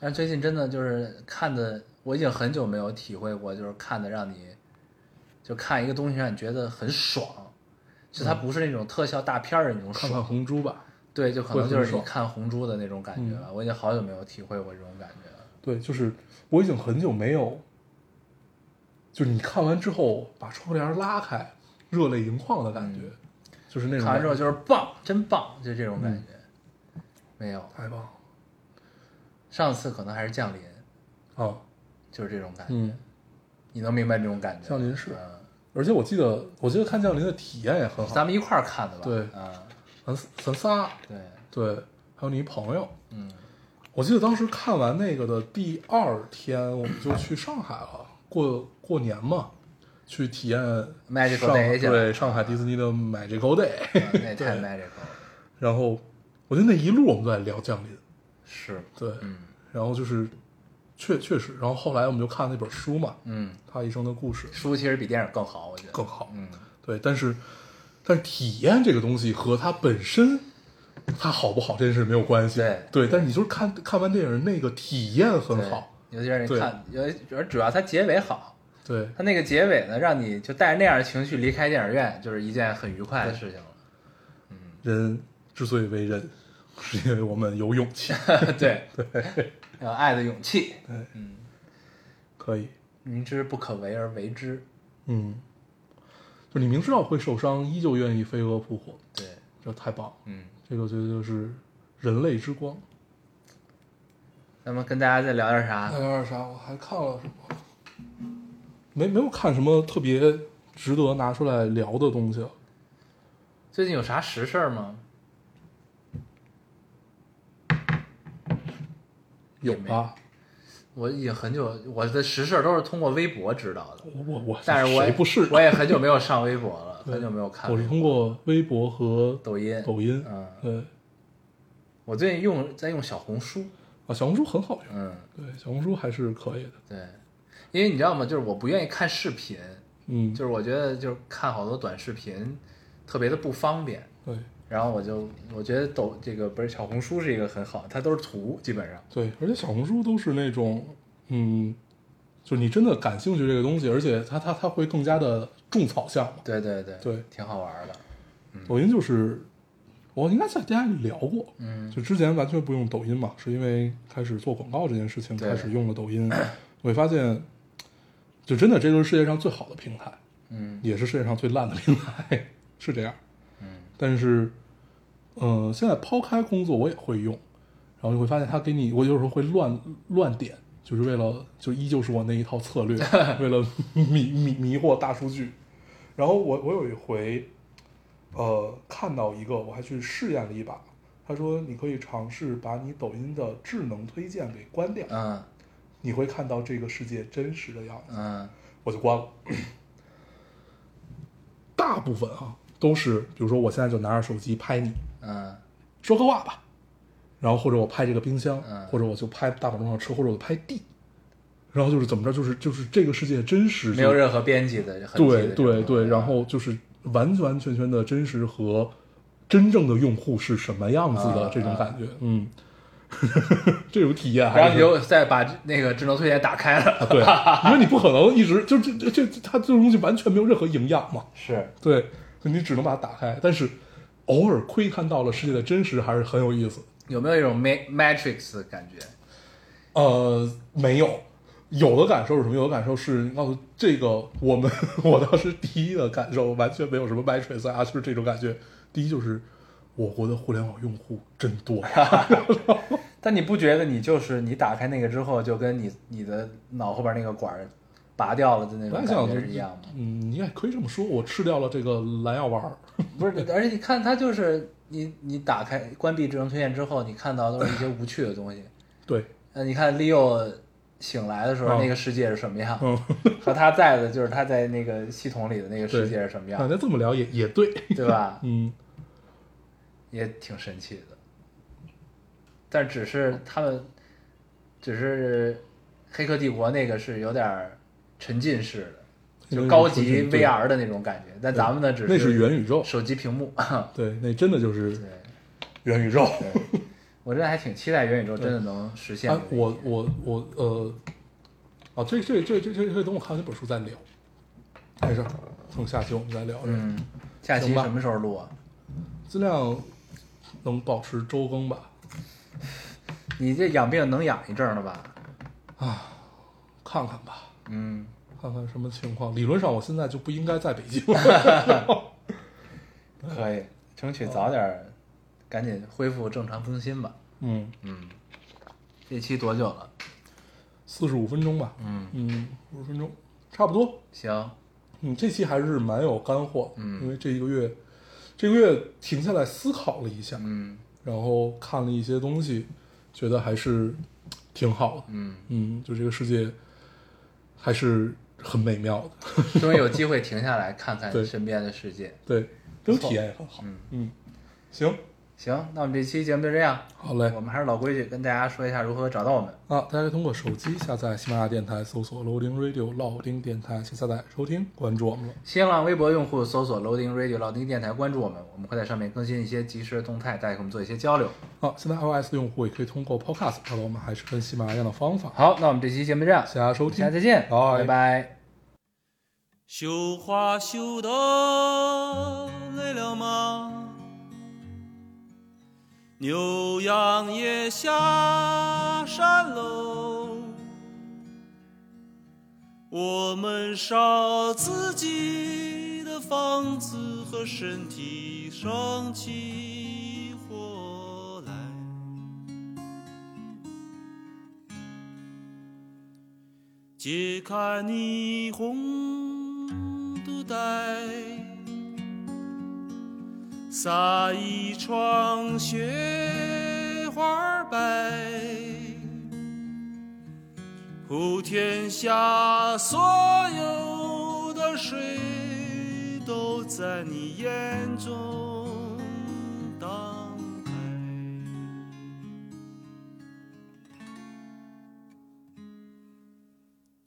A: 但是最近真的就是看的，我已经很久没有体会过，就是看的让你，就看一个东西让你觉得很爽，就它不是那种特效大片儿的那种
B: 看
A: 爽，
B: 嗯看红猪吧。
A: 对，就可能
B: 会
A: 就
B: 很
A: 是你
B: 爽嗯
A: 看红猪的那种感觉了。我已经好久没有体会过这种感觉了。
B: 对，就是我已经很久没有，就是你看完之后把窗帘拉开，热泪盈眶的感觉，就是那种
A: 嗯看完之后
B: 感嗯
A: 就是棒，真棒，就这种感觉。没有，
B: 觉太棒了
A: 上次可能还是降临，
B: 啊！
A: 就是这种感觉。
B: 嗯，
A: 你能明白这种感觉？
B: 降临是
A: 嗯
B: 而且我记得，我记得看《降临》的体验也很好
A: 咱，们一块儿看的吧？
B: 对
A: 啊，
B: 咱咱仨
A: 对，啊
B: 对，还有你朋友，
A: 嗯，
B: 我记得当时看完那个的第二天，我们就去上海了，过过年嘛，去体验
A: Magical
B: 上
A: Day 去了
B: 对上海迪士尼的 Magical Day，
A: 啊那也 太 magical 了。
B: 然后我觉得那一路我们都在聊降临，
A: 是，
B: 对，
A: 嗯
B: 然后就是确确实，然后后来我们就看那本书嘛，
A: 嗯，
B: 他一生的故事
A: 书其实比电影更好，我觉得
B: 更好，
A: 嗯，
B: 对，但是但是体验这个东西和它本身。它好不好这件事没有关系，
A: 对
B: 但是你就是看看完电影那个体验很
A: 对
B: 好，，
A: 尤其让你
B: 对
A: 看，尤其而主要它结尾好，
B: 对，
A: 它那个结尾呢，让你就带着那样的情绪离开电影院，就是一件很愉快的事情了。
B: 人之所以为人，是因为我们有勇气。
A: 对对，要爱的勇气，
B: 可以，
A: 明知不可为而为之。
B: 嗯，就你明知道会受伤，依旧愿意飞蛾扑火，
A: 对，
B: 这太棒了。
A: 嗯，
B: 这个我觉得就是人类之光。
A: 那么跟大家再聊点啥？
B: 有点啥？我还看了什么？没没有看什么特别值得拿出来聊的东西了。
A: 最近有啥实事儿吗？
B: 有吧？
A: 我已经很久，我的实事儿都是通过微博知道的，
B: 我我我，
A: 但是我
B: 谁不是？
A: 我也很久没有上微博了，
B: 对
A: 很久没有看
B: 我
A: 微
B: 是
A: 博
B: 通过微博和
A: 抖音，
B: 抖音。
A: 嗯
B: 对
A: 我最近用在用小红书，
B: 啊，小红书很好用。
A: 嗯，
B: 对，小红书还是可以的。
A: 对，因为你知道吗？就是我不愿意看视频，
B: 嗯，
A: 就是我觉得就是看好多短视频特别的不方便。
B: 对。
A: 然后我就我觉得抖这个不是小红书是一个很好，它都是图基本上。
B: 对，而且小红书都是那种，嗯，就是你真的感兴趣这个东西，而且它它它会更加的种草项嘛。
A: 对对对，
B: 对
A: 挺好玩的。
B: 抖音就是，我应该在电台里聊过，
A: 嗯
B: 就之前完全不用抖音嘛，是因为开始做广告这件事情
A: 对
B: 开始用了抖音，我会发现，就真的这就是世界上最好的平台，
A: 嗯
B: 也是世界上最烂的平台， 是这样。
A: 嗯
B: 但是，呃，现在抛开工作，我也会用，然后就会发现它给你，我有时候会乱乱点，就是为了就依旧是我那一套策略，为了迷迷迷惑大数据。然后我我有一回，呃，看到一个，我还去试验了一把。他说：“你可以尝试把你抖音的智能推荐给关掉，
A: 嗯
B: 你会看到这个世界真实的样子。”
A: 嗯
B: 我就关了。大部分啊都是，比如说我现在就拿着手机拍你，
A: 嗯
B: 说个话吧，然后或者我拍这个冰箱，
A: 嗯
B: 或者我就拍大马路上的车，或者我就拍地，然后就是怎么着，就是就是这个世界真实，
A: 没有任何编辑的痕迹的这
B: 对
A: 种嗯
B: 对
A: 东
B: 对，
A: 西
B: 然后就是完完全全的真实和真正的用户是什么样子的
A: 啊
B: 这种
A: 啊
B: 感觉，嗯， 这种体验还 是，
A: 然后你就再把那个智能推荐打开了，
B: 对，因为你不可能一直就这这这它这种东西完全没有任何营养嘛，
A: 是
B: 对，所以你只能把它打开，但是偶尔窥探到了世界的真实还是很有意思。
A: 有没有一种 ma- Matrix 的感觉？
B: 呃，没有，有的感受是什么？有的感受是，你告诉这个我们， 我当时第一的感受完全没有什么 Matrix 啊，就是这种感觉。第一就是我国的互联网用户真多，
A: 哎但你不觉得你就是你打开那个之后，就跟你你的脑后边那个管儿拔掉了的那
B: 我
A: 种
B: 还
A: 感
B: 想
A: 觉是一样吗？
B: 嗯，你也可以这么说，我吃掉了这个蓝药丸儿。
A: 不是，而且你看它就是你你打开关闭智能推荐之后，你看到都是一些无趣的东西。
B: 对，
A: 呃，你看 Leo 醒来的时候，
B: 嗯
A: 那个世界是什么样？
B: 嗯，
A: 和他在的就是他在那个系统里的那个
B: 对
A: 世界是什么
B: 啊
A: 样，
B: 那这么聊也也对，
A: 对吧？
B: 嗯，
A: 也挺神奇的。但只是他们，只是《黑客帝国》那个是有点儿沉浸式的，就高级
B: 对
A: VR 的那种感觉。但咱们呢，只
B: 那是元宇宙，
A: 手机屏 幕。
B: 对，那真的就是
A: 对，
B: 元宇宙。
A: 我真的还挺期待元宇宙真的能实现
B: 哎
A: 这，个
B: 我我我呃，啊，这这这这这这等我看完这本书再聊，没事儿，等下期我们再聊这个，
A: 嗯，下期
B: 行吧
A: 什么时候录啊？
B: 尽量能保持周更吧。
A: 你这养病能养一阵儿了吧？
B: 啊看看吧，
A: 嗯，
B: 看看什么情况。理论上我现在就不应该在北京，嗯
A: 可以，争取早点儿，赶紧恢复正常更新吧。
B: 嗯，
A: 嗯，这期多久了？
B: 四十五分钟吧，
A: 嗯，
B: 嗯，五十分钟差不多。
A: 行，
B: 嗯，这期还是蛮有干货的，
A: 嗯
B: 因为这一个月，这个月停下来思考了一下，
A: 嗯
B: 然后看了一些东西，觉得还是挺好的。
A: 嗯，
B: 嗯，就这个世界还是很美妙的，
A: 终于有机会停下来看看
B: 对
A: 身边的世界。
B: 对，这种体验也很好。
A: 嗯
B: 嗯，行，
A: 行，那我们这期节目就这样。
B: 好嘞
A: 我。们还是老规矩，跟大家说一下如何找到我们。
B: 啊，大家可以通过手机下载喜马拉雅电台，搜索 Loading Radio 老丁电台，请下载收听，关注我们了。
A: 新浪微博用户搜索 Loading Radio 老丁电台，关注我们，我们会在上面更新一些即时的动态，大家跟我们做一些交流。
B: 啊，现在 iOS 用户也可以通过 Podcast 找到我们，还是跟喜马拉雅一样的方法。
A: 好，那我们这期节目就这样，
B: 谢谢大家收听，
A: 下次再见，
B: 好
A: 拜拜。
C: 绣花绣得累了吗？牛羊也下山喽，我们烧自己的房子和身体生起火来。解开你红肚带，撒一窗雪花白，普天下所有的水都在你眼中荡开。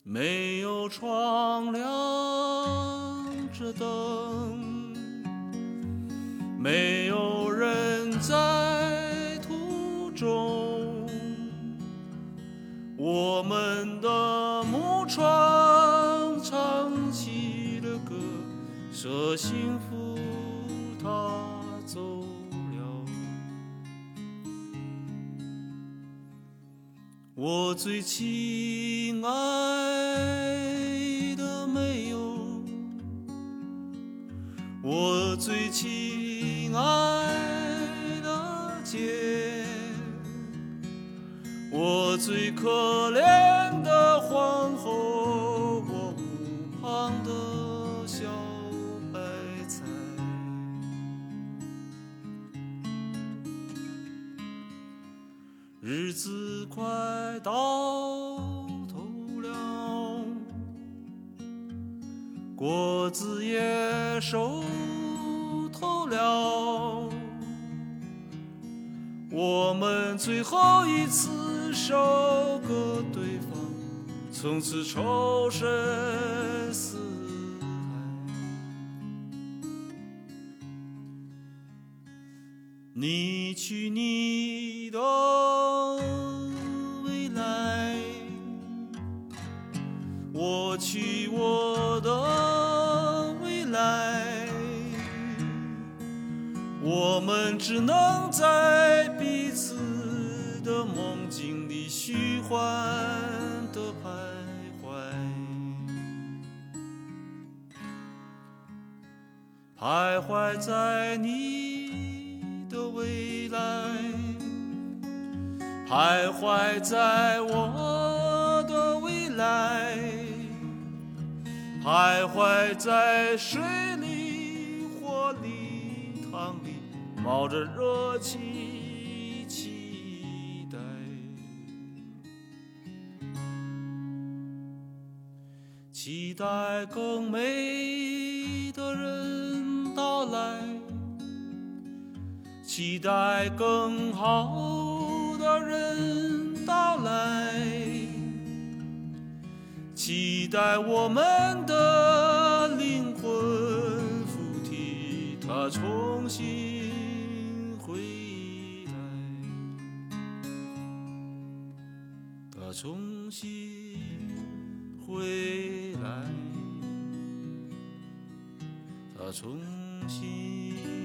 C: 没有窗亮着灯，没有人在途中，我们的木船唱起了歌，说幸福它走了。我最亲爱的妹哟，我最亲爱的姐，我最可怜的皇后，我无旁的小白菜。日子快到头了，果子也熟透了，我们最后一次收割对方，从此仇深似海。你去你的未来，我去我的未来，我们只能在彼此的梦境里虚幻的徘徊。徘徊在你的未来，徘徊在我的未来，徘徊在水里、火里、汤里，冒着热气，期待。期待更美的人到来，期待更好的人到来，期待我们的灵魂附体，它重新回来，它重新。回来，他重新。